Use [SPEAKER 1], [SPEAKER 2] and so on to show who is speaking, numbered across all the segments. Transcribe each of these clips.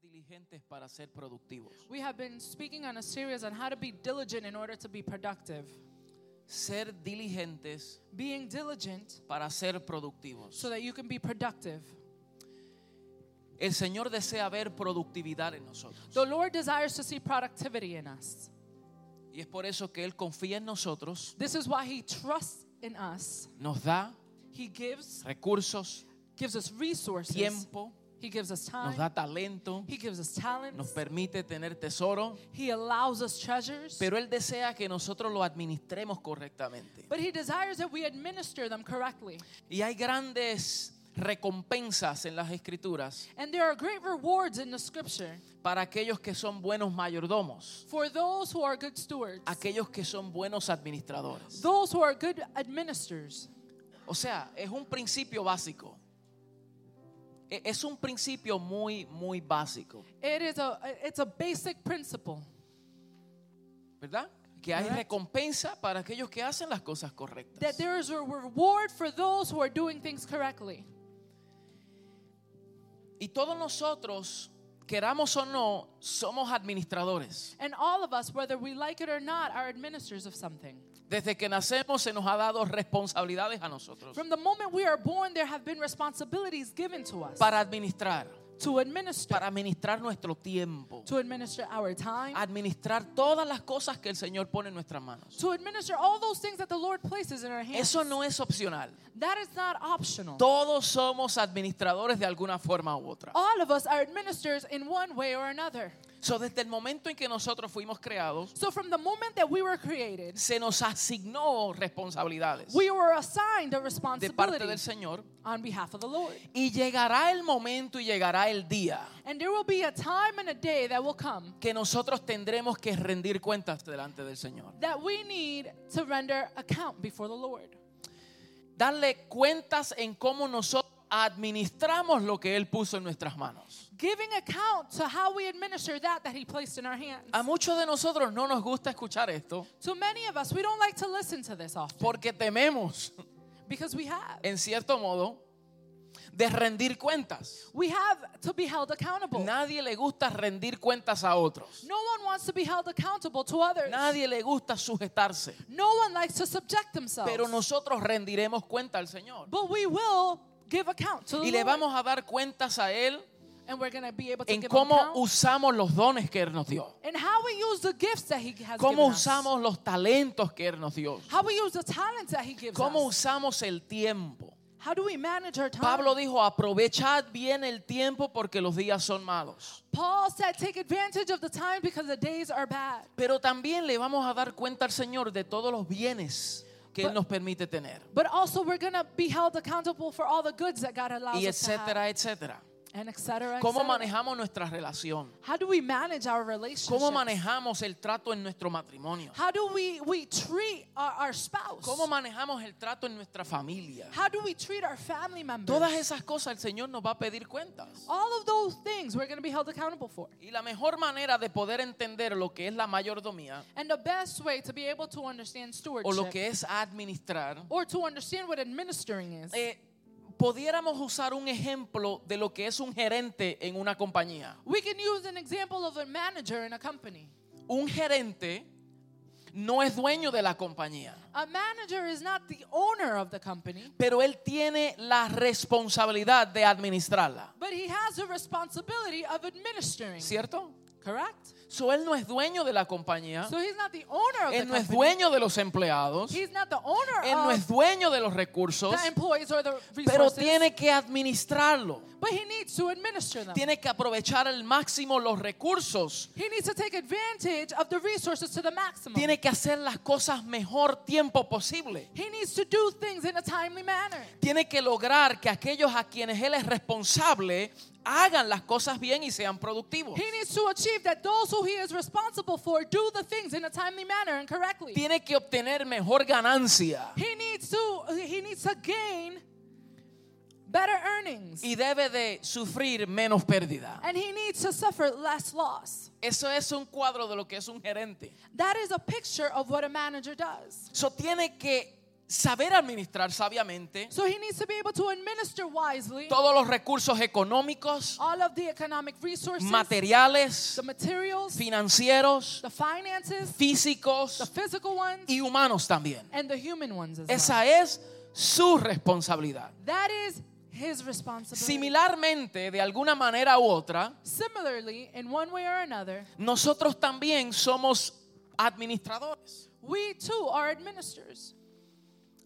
[SPEAKER 1] diligentes para ser productivos.
[SPEAKER 2] We have been speaking on a series on how to be diligent in order to be productive.
[SPEAKER 1] Ser diligentes
[SPEAKER 2] Being diligent
[SPEAKER 1] para ser productivos.
[SPEAKER 2] so that you can be productive.
[SPEAKER 1] El Señor desea ver productividad en nosotros.
[SPEAKER 2] The Lord desires to see productivity in us.
[SPEAKER 1] Y es por eso que Él confía en nosotros,
[SPEAKER 2] This is why he trusts in us.
[SPEAKER 1] nos da
[SPEAKER 2] He gives
[SPEAKER 1] recursos,
[SPEAKER 2] gives us resources.
[SPEAKER 1] tiempo,
[SPEAKER 2] He gives us
[SPEAKER 1] nos
[SPEAKER 2] time.
[SPEAKER 1] da talento,
[SPEAKER 2] He gives us
[SPEAKER 1] nos
[SPEAKER 2] talents.
[SPEAKER 1] permite tener tesoro,
[SPEAKER 2] He allows us treasures.
[SPEAKER 1] pero Él desea que nosotros lo administremos correctamente.
[SPEAKER 2] But he desires that we administer them correctly.
[SPEAKER 1] Y hay grandes recompensas en las escrituras
[SPEAKER 2] And there are great rewards in the scripture
[SPEAKER 1] para aquellos que son buenos mayordomos,
[SPEAKER 2] for those who are good stewards,
[SPEAKER 1] aquellos que son buenos administradores.
[SPEAKER 2] those who are good administrators.
[SPEAKER 1] O sea, es un principio básico. E- Es un principio muy, muy básico,
[SPEAKER 2] It is a it's a basic principle
[SPEAKER 1] ¿verdad? Que hay
[SPEAKER 2] Correct.
[SPEAKER 1] recompensa para aquellos que hacen las cosas correctas.
[SPEAKER 2] that there is a reward for those who are doing things correctly.
[SPEAKER 1] Y todos nosotros, queramos o no, somos administradores.
[SPEAKER 2] And all of us, whether we like it or not, are administrators of something.
[SPEAKER 1] Desde que nacemos se nos ha dado responsabilidades a nosotros
[SPEAKER 2] From the moment we are born, there have been responsibilities given to us
[SPEAKER 1] para administrar,
[SPEAKER 2] to administer,
[SPEAKER 1] para administrar nuestro tiempo,
[SPEAKER 2] to administer our time,
[SPEAKER 1] administrar todas las cosas que el Señor pone en nuestras manos.
[SPEAKER 2] to administer all those things that the Lord places in our hands.
[SPEAKER 1] Eso no es opcional.
[SPEAKER 2] that is not optional.
[SPEAKER 1] Todos somos administradores de alguna forma u otra.
[SPEAKER 2] All of us are administrators in one way or another.
[SPEAKER 1] So, desde el momento en que nosotros fuimos creados,
[SPEAKER 2] So from the moment that we were created,
[SPEAKER 1] se nos asignó responsabilidades
[SPEAKER 2] we were assigned a
[SPEAKER 1] de parte del
[SPEAKER 2] responsibility
[SPEAKER 1] Señor.
[SPEAKER 2] on behalf of the Lord.
[SPEAKER 1] Y llegará el momento y llegará el día
[SPEAKER 2] And there will be a time and a day that will come
[SPEAKER 1] que nosotros tendremos que rendir cuentas delante del Señor.
[SPEAKER 2] that we need to render account before the Lord.
[SPEAKER 1] Darle cuentas en cómo nosotros administramos lo que Él puso en nuestras manos.
[SPEAKER 2] Giving account to how we administer that that he placed in our hands.
[SPEAKER 1] A muchos de nosotros no nos gusta escuchar esto
[SPEAKER 2] To many of us, we don't like to listen to this often
[SPEAKER 1] porque tememos,
[SPEAKER 2] because we have.
[SPEAKER 1] en cierto modo, de rendir cuentas.
[SPEAKER 2] We have to be held accountable.
[SPEAKER 1] Nadie le gusta rendir cuentas a otros.
[SPEAKER 2] No one wants to be held accountable to others.
[SPEAKER 1] Nadie le gusta sujetarse.
[SPEAKER 2] No one likes to subject themselves.
[SPEAKER 1] Pero nosotros rendiremos cuenta al Señor.
[SPEAKER 2] But we will give account to the
[SPEAKER 1] Y le
[SPEAKER 2] Lord.
[SPEAKER 1] vamos a dar cuentas a Él
[SPEAKER 2] and we're going to be able to
[SPEAKER 1] en
[SPEAKER 2] give
[SPEAKER 1] cómo
[SPEAKER 2] account
[SPEAKER 1] usamos los dones que Él nos dio.
[SPEAKER 2] and how we use the gifts that he has
[SPEAKER 1] Cómo
[SPEAKER 2] given us.
[SPEAKER 1] usamos los talentos que Él nos dio.
[SPEAKER 2] How we use the talents that he gives
[SPEAKER 1] Cómo
[SPEAKER 2] us.
[SPEAKER 1] usamos el tiempo.
[SPEAKER 2] How do we manage our time?
[SPEAKER 1] Pablo dijo, aprovechad bien el tiempo porque los días son malos.
[SPEAKER 2] Paul said, take advantage of the time because the days are bad.
[SPEAKER 1] Pero también le vamos a dar cuenta al Señor de todos los bienes que Él
[SPEAKER 2] But-
[SPEAKER 1] nos permite tener.
[SPEAKER 2] But also we're going to be held accountable for all the goods that God allows
[SPEAKER 1] Y
[SPEAKER 2] us to have.
[SPEAKER 1] etcétera, etcétera.
[SPEAKER 2] And et cetera, et
[SPEAKER 1] Cómo
[SPEAKER 2] cetera.
[SPEAKER 1] manejamos nuestra relación.
[SPEAKER 2] How do we manage our relationship?
[SPEAKER 1] Cómo manejamos el trato en nuestro matrimonio.
[SPEAKER 2] How do we, we treat our, our spouse?
[SPEAKER 1] ¿Cómo manejamos el trato en nuestra familia?
[SPEAKER 2] How do we treat our family members?
[SPEAKER 1] Todas esas cosas el Señor nos va a pedir cuentas.
[SPEAKER 2] All of those things we're going to be held accountable for.
[SPEAKER 1] Y la mejor manera de poder entender lo que es la mayordomía
[SPEAKER 2] And the best way to be able to understand
[SPEAKER 1] o lo
[SPEAKER 2] stewardship
[SPEAKER 1] que es administrar,
[SPEAKER 2] or to understand what administering is,
[SPEAKER 1] eh, pudiéramos usar un ejemplo de lo que es un gerente en una compañía.
[SPEAKER 2] we can use an example of a manager in a company.
[SPEAKER 1] Un gerente no es dueño de la compañía,
[SPEAKER 2] A manager is not the owner of the company,
[SPEAKER 1] pero él tiene la responsabilidad de administrarla,
[SPEAKER 2] but he has the responsibility of administering.
[SPEAKER 1] ¿cierto?
[SPEAKER 2] Correct?
[SPEAKER 1] So él no es dueño de la compañía,
[SPEAKER 2] So he's not the owner of the
[SPEAKER 1] él no es
[SPEAKER 2] company.
[SPEAKER 1] dueño de los empleados,
[SPEAKER 2] He's not the owner
[SPEAKER 1] él no es
[SPEAKER 2] of
[SPEAKER 1] dueño de los recursos,
[SPEAKER 2] the employees or the
[SPEAKER 1] pero
[SPEAKER 2] resources,
[SPEAKER 1] tiene que administrarlo.
[SPEAKER 2] but he needs to administer them.
[SPEAKER 1] Tiene que aprovechar al máximo los recursos.
[SPEAKER 2] He needs to take advantage of the resources to the maximum.
[SPEAKER 1] Tiene que hacer las cosas mejor tiempo posible.
[SPEAKER 2] He needs to do things in a timely manner.
[SPEAKER 1] Tiene que lograr que aquellos a quienes él es responsable hagan las cosas bien y sean productivos.
[SPEAKER 2] He needs to achieve that those who he is responsible for do the things in a timely manner and correctly.
[SPEAKER 1] Tiene que obtener mejor ganancia
[SPEAKER 2] He needs to he needs to gain better earnings
[SPEAKER 1] y debe de sufrir menos pérdida.
[SPEAKER 2] and he needs to suffer less loss.
[SPEAKER 1] Eso es un cuadro de lo que es un gerente.
[SPEAKER 2] That is a picture of what a manager does.
[SPEAKER 1] So tiene que saber administrar sabiamente
[SPEAKER 2] So he needs to be able to administer wisely
[SPEAKER 1] todos los recursos económicos,
[SPEAKER 2] all of the economic resources,
[SPEAKER 1] materiales,
[SPEAKER 2] the materials,
[SPEAKER 1] financieros,
[SPEAKER 2] the finances, the
[SPEAKER 1] físicos
[SPEAKER 2] physical ones,
[SPEAKER 1] y humanos también.
[SPEAKER 2] and the human ones as well.
[SPEAKER 1] Esa es su responsabilidad.
[SPEAKER 2] That is his responsibility.
[SPEAKER 1] Similarmente, de alguna manera u otra,
[SPEAKER 2] Similarly, in one way or another,
[SPEAKER 1] nosotros también somos administradores.
[SPEAKER 2] we too are administrators.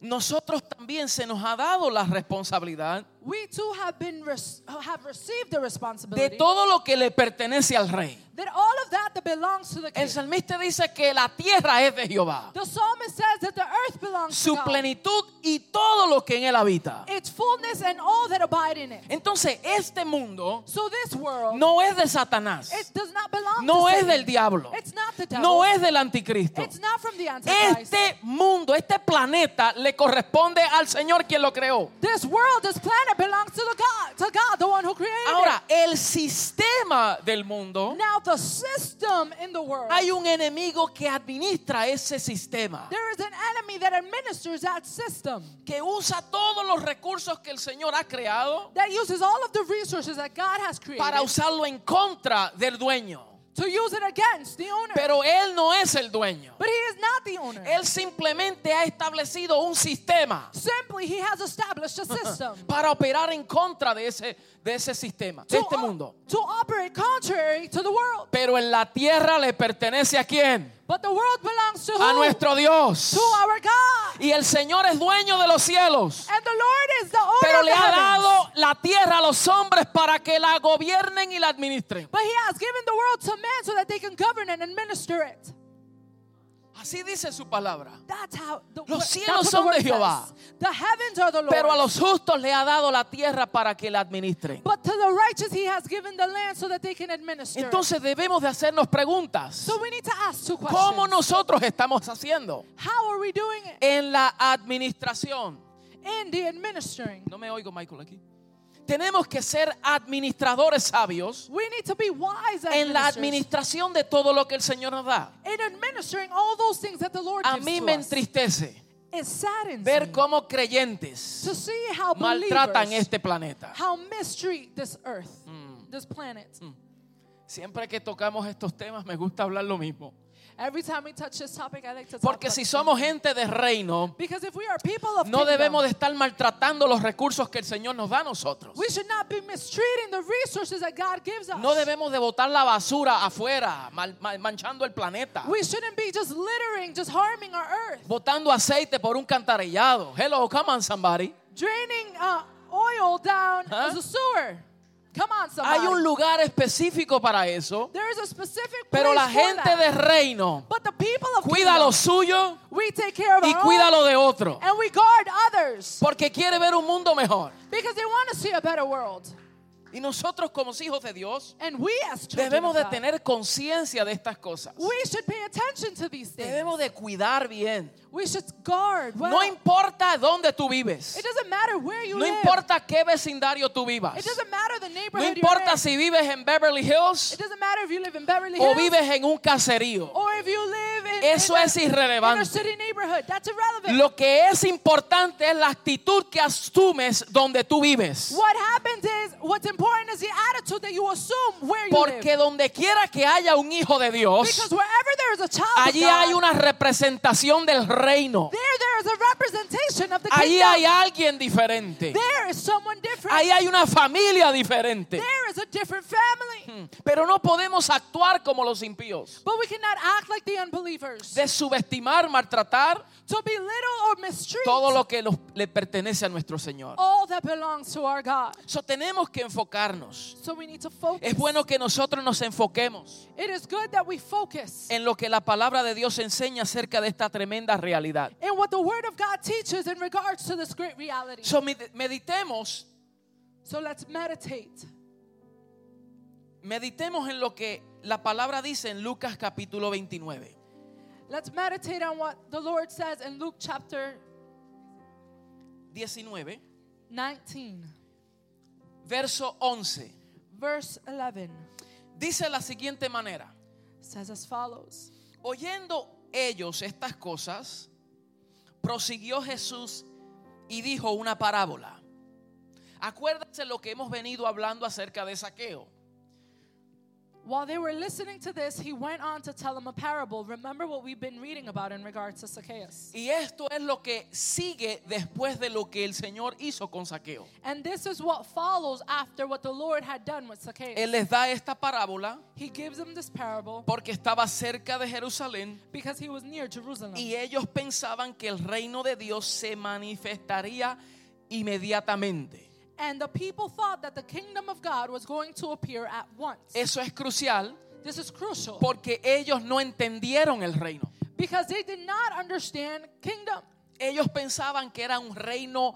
[SPEAKER 1] Nosotros también se nos ha dado la responsabilidad
[SPEAKER 2] We too have been res- have received the
[SPEAKER 1] de
[SPEAKER 2] responsibility
[SPEAKER 1] todo lo que le pertenece al rey.
[SPEAKER 2] that all of that that belongs to the king.
[SPEAKER 1] El salmista dice que la tierra es de Jehová,
[SPEAKER 2] The psalmist says that the earth belongs to
[SPEAKER 1] su
[SPEAKER 2] God,
[SPEAKER 1] plenitud y todo lo que en él habita.
[SPEAKER 2] its fullness and all that abide in it.
[SPEAKER 1] Entonces, este mundo
[SPEAKER 2] So this world,
[SPEAKER 1] no es de Satanás,
[SPEAKER 2] it does not belong
[SPEAKER 1] no
[SPEAKER 2] to
[SPEAKER 1] es
[SPEAKER 2] Satan.
[SPEAKER 1] del diablo,
[SPEAKER 2] It's not the devil.
[SPEAKER 1] no es del anticristo.
[SPEAKER 2] It's not from the Antichrist.
[SPEAKER 1] Este mundo, este planeta le corresponde al Señor quien lo creó.
[SPEAKER 2] This world, this planet belongs to the God, to God, the one who created
[SPEAKER 1] Ahora, el sistema del mundo,
[SPEAKER 2] it. Now the system in the world,
[SPEAKER 1] hay un enemigo que administra ese sistema,
[SPEAKER 2] there is an enemy that administers that system,
[SPEAKER 1] que usa todos los recursos que el Señor ha creado
[SPEAKER 2] that uses all of the resources that God has created
[SPEAKER 1] para usarlo en contra del dueño.
[SPEAKER 2] to use it against the owner.
[SPEAKER 1] Pero él no es el dueño.
[SPEAKER 2] but he is not the owner.
[SPEAKER 1] Él simplemente ha establecido un sistema
[SPEAKER 2] Simply, he has established a system.
[SPEAKER 1] para operar en contra de ese, de ese sistema, de este
[SPEAKER 2] op-
[SPEAKER 1] mundo.
[SPEAKER 2] to operate contrary to the world.
[SPEAKER 1] Pero en la tierra le pertenece a quién?
[SPEAKER 2] But the world belongs to
[SPEAKER 1] A
[SPEAKER 2] who?
[SPEAKER 1] nuestro Dios.
[SPEAKER 2] to our God.
[SPEAKER 1] Y el Señor es dueño de los cielos.
[SPEAKER 2] And the Lord is the owner
[SPEAKER 1] Pero
[SPEAKER 2] of
[SPEAKER 1] le
[SPEAKER 2] the
[SPEAKER 1] ha
[SPEAKER 2] heavens.
[SPEAKER 1] dado la tierra a los hombres para que la gobiernen y la administren.
[SPEAKER 2] But he has given the world to men so that they can govern and administer it.
[SPEAKER 1] Así dice su palabra.
[SPEAKER 2] That's how the,
[SPEAKER 1] Los
[SPEAKER 2] that's
[SPEAKER 1] cielos
[SPEAKER 2] what the
[SPEAKER 1] son
[SPEAKER 2] word
[SPEAKER 1] de Jehová.
[SPEAKER 2] says. The heavens are the Lord.
[SPEAKER 1] Pero a los justos le ha dado la tierra para que la administren.
[SPEAKER 2] But to the righteous he has given the land so that they can administer. it.
[SPEAKER 1] Entonces debemos de hacernos preguntas.
[SPEAKER 2] so we need to ask two questions.
[SPEAKER 1] ¿Cómo nosotros estamos haciendo?
[SPEAKER 2] How are we doing it
[SPEAKER 1] En la administración.
[SPEAKER 2] in the administering?
[SPEAKER 1] No me oigo, Michael, aquí. Tenemos que ser administradores sabios
[SPEAKER 2] We need to be wise
[SPEAKER 1] en la
[SPEAKER 2] administrators.
[SPEAKER 1] administración de todo lo que el Señor nos da.
[SPEAKER 2] in administering all those things that the Lord
[SPEAKER 1] A
[SPEAKER 2] gives
[SPEAKER 1] mí
[SPEAKER 2] to
[SPEAKER 1] me
[SPEAKER 2] us.
[SPEAKER 1] entristece
[SPEAKER 2] It saddens
[SPEAKER 1] ver
[SPEAKER 2] me
[SPEAKER 1] cómo creyentes
[SPEAKER 2] to see how
[SPEAKER 1] maltratan
[SPEAKER 2] believers
[SPEAKER 1] este planeta.
[SPEAKER 2] how mistreat this earth,
[SPEAKER 1] Mm.
[SPEAKER 2] this planet.
[SPEAKER 1] Siempre que tocamos estos temas me gusta hablar lo mismo.
[SPEAKER 2] Every time we touch this topic, I like to talk
[SPEAKER 1] Porque
[SPEAKER 2] about
[SPEAKER 1] si
[SPEAKER 2] this.
[SPEAKER 1] somos gente de reino,
[SPEAKER 2] because if we are people of
[SPEAKER 1] no
[SPEAKER 2] kingdom,
[SPEAKER 1] debemos de estar maltratando los recursos que el Señor nos da a nosotros.
[SPEAKER 2] we should not be mistreating the resources that God gives us.
[SPEAKER 1] No debemos de botar la basura afuera, mal- mal- manchando el planeta.
[SPEAKER 2] we shouldn't be just littering, just harming our earth,
[SPEAKER 1] Botando aceite por un cantarellado. Hello, come on somebody.
[SPEAKER 2] draining uh, oil down
[SPEAKER 1] Huh?
[SPEAKER 2] as a sewer. Come on, somebody.
[SPEAKER 1] Hay un lugar específico para eso,
[SPEAKER 2] there is a specific
[SPEAKER 1] pero
[SPEAKER 2] place
[SPEAKER 1] la
[SPEAKER 2] for
[SPEAKER 1] gente
[SPEAKER 2] that.
[SPEAKER 1] de reino
[SPEAKER 2] but the people of
[SPEAKER 1] cuida
[SPEAKER 2] kingdom,
[SPEAKER 1] lo suyo
[SPEAKER 2] we take care of
[SPEAKER 1] y
[SPEAKER 2] our
[SPEAKER 1] cuida
[SPEAKER 2] own,
[SPEAKER 1] lo de otro,
[SPEAKER 2] and we guard others
[SPEAKER 1] porque quiere ver un mundo mejor.
[SPEAKER 2] because they want to see a better world.
[SPEAKER 1] Y nosotros como hijos de Dios
[SPEAKER 2] And we as children
[SPEAKER 1] debemos
[SPEAKER 2] of
[SPEAKER 1] de
[SPEAKER 2] God,
[SPEAKER 1] tener conciencia de estas cosas.
[SPEAKER 2] We should pay attention to these things.
[SPEAKER 1] Debemos de cuidar bien.
[SPEAKER 2] We should guard. Well,
[SPEAKER 1] No importa dónde tú vives.
[SPEAKER 2] it doesn't matter where you
[SPEAKER 1] No
[SPEAKER 2] live.
[SPEAKER 1] importa qué vecindario tú vivas.
[SPEAKER 2] It doesn't matter the
[SPEAKER 1] No
[SPEAKER 2] neighborhood you're
[SPEAKER 1] importa
[SPEAKER 2] in.
[SPEAKER 1] si vives en Beverly
[SPEAKER 2] It
[SPEAKER 1] Hills
[SPEAKER 2] doesn't matter Oh, if you live in Beverly
[SPEAKER 1] o
[SPEAKER 2] Hills
[SPEAKER 1] vives en un caserío.
[SPEAKER 2] or if you live in,
[SPEAKER 1] Eso
[SPEAKER 2] in
[SPEAKER 1] es
[SPEAKER 2] a
[SPEAKER 1] irrelevante.
[SPEAKER 2] inner city neighborhood. That's irrelevant.
[SPEAKER 1] Lo que es importante es la actitud que asumes donde tú vives.
[SPEAKER 2] What happens is, what's important is the attitude that you assume where you
[SPEAKER 1] Porque
[SPEAKER 2] live.
[SPEAKER 1] donde quiera que haya un hijo de Dios,
[SPEAKER 2] Because wherever there is a child of
[SPEAKER 1] allí
[SPEAKER 2] God,
[SPEAKER 1] hay una representación del reino.
[SPEAKER 2] there there is a representation of the
[SPEAKER 1] Allí
[SPEAKER 2] kingdom.
[SPEAKER 1] hay alguien diferente.
[SPEAKER 2] There is someone different.
[SPEAKER 1] Ahí hay una familia diferente.
[SPEAKER 2] There is a different family.
[SPEAKER 1] Pero no podemos actuar como los impíos.
[SPEAKER 2] But we cannot act like the unbelievers.
[SPEAKER 1] De subestimar, maltratar
[SPEAKER 2] to belittle or mistreat
[SPEAKER 1] todo lo que nos- le pertenece a nuestro Señor.
[SPEAKER 2] all that belongs to our God.
[SPEAKER 1] So, tenemos que enfocarnos.
[SPEAKER 2] So we need to focus.
[SPEAKER 1] Es bueno que nosotros nos enfoquemos
[SPEAKER 2] It is good that we focus
[SPEAKER 1] en lo que la palabra de Dios enseña acerca de esta tremenda realidad.
[SPEAKER 2] in what the Word of God teaches in regards to this great reality.
[SPEAKER 1] So, med- meditemos,
[SPEAKER 2] So let's meditate.
[SPEAKER 1] meditemos en lo que la palabra dice en Lucas capítulo 29.
[SPEAKER 2] Let's meditate on what the Lord says in Luke chapter
[SPEAKER 1] 19,
[SPEAKER 2] 19,
[SPEAKER 1] verso 11.
[SPEAKER 2] verse 11.
[SPEAKER 1] Dice de la siguiente manera.
[SPEAKER 2] Says as follows.
[SPEAKER 1] Oyendo ellos estas cosas, prosiguió Jesús y dijo una parábola. Acuérdense lo que hemos venido hablando acerca de saqueo.
[SPEAKER 2] While they were listening to this, he went on to tell them a parable. Remember what we've been reading about in regards to Zacchaeus.
[SPEAKER 1] Y esto es lo que sigue después de lo que el Señor hizo con saqueo.
[SPEAKER 2] And this is what follows after what the Lord had done with Zacchaeus.
[SPEAKER 1] Él les da esta parábola
[SPEAKER 2] He gives them this parable
[SPEAKER 1] porque estaba cerca de Jerusalén
[SPEAKER 2] because he was near Jerusalem.
[SPEAKER 1] y ellos pensaban que el reino de Dios se manifestaría inmediatamente.
[SPEAKER 2] And the people thought that the kingdom of God was going to appear at once.
[SPEAKER 1] Eso es crucial
[SPEAKER 2] This is crucial
[SPEAKER 1] porque ellos no entendieron el reino.
[SPEAKER 2] because they did not understand kingdom.
[SPEAKER 1] Ellos pensaban que era un reino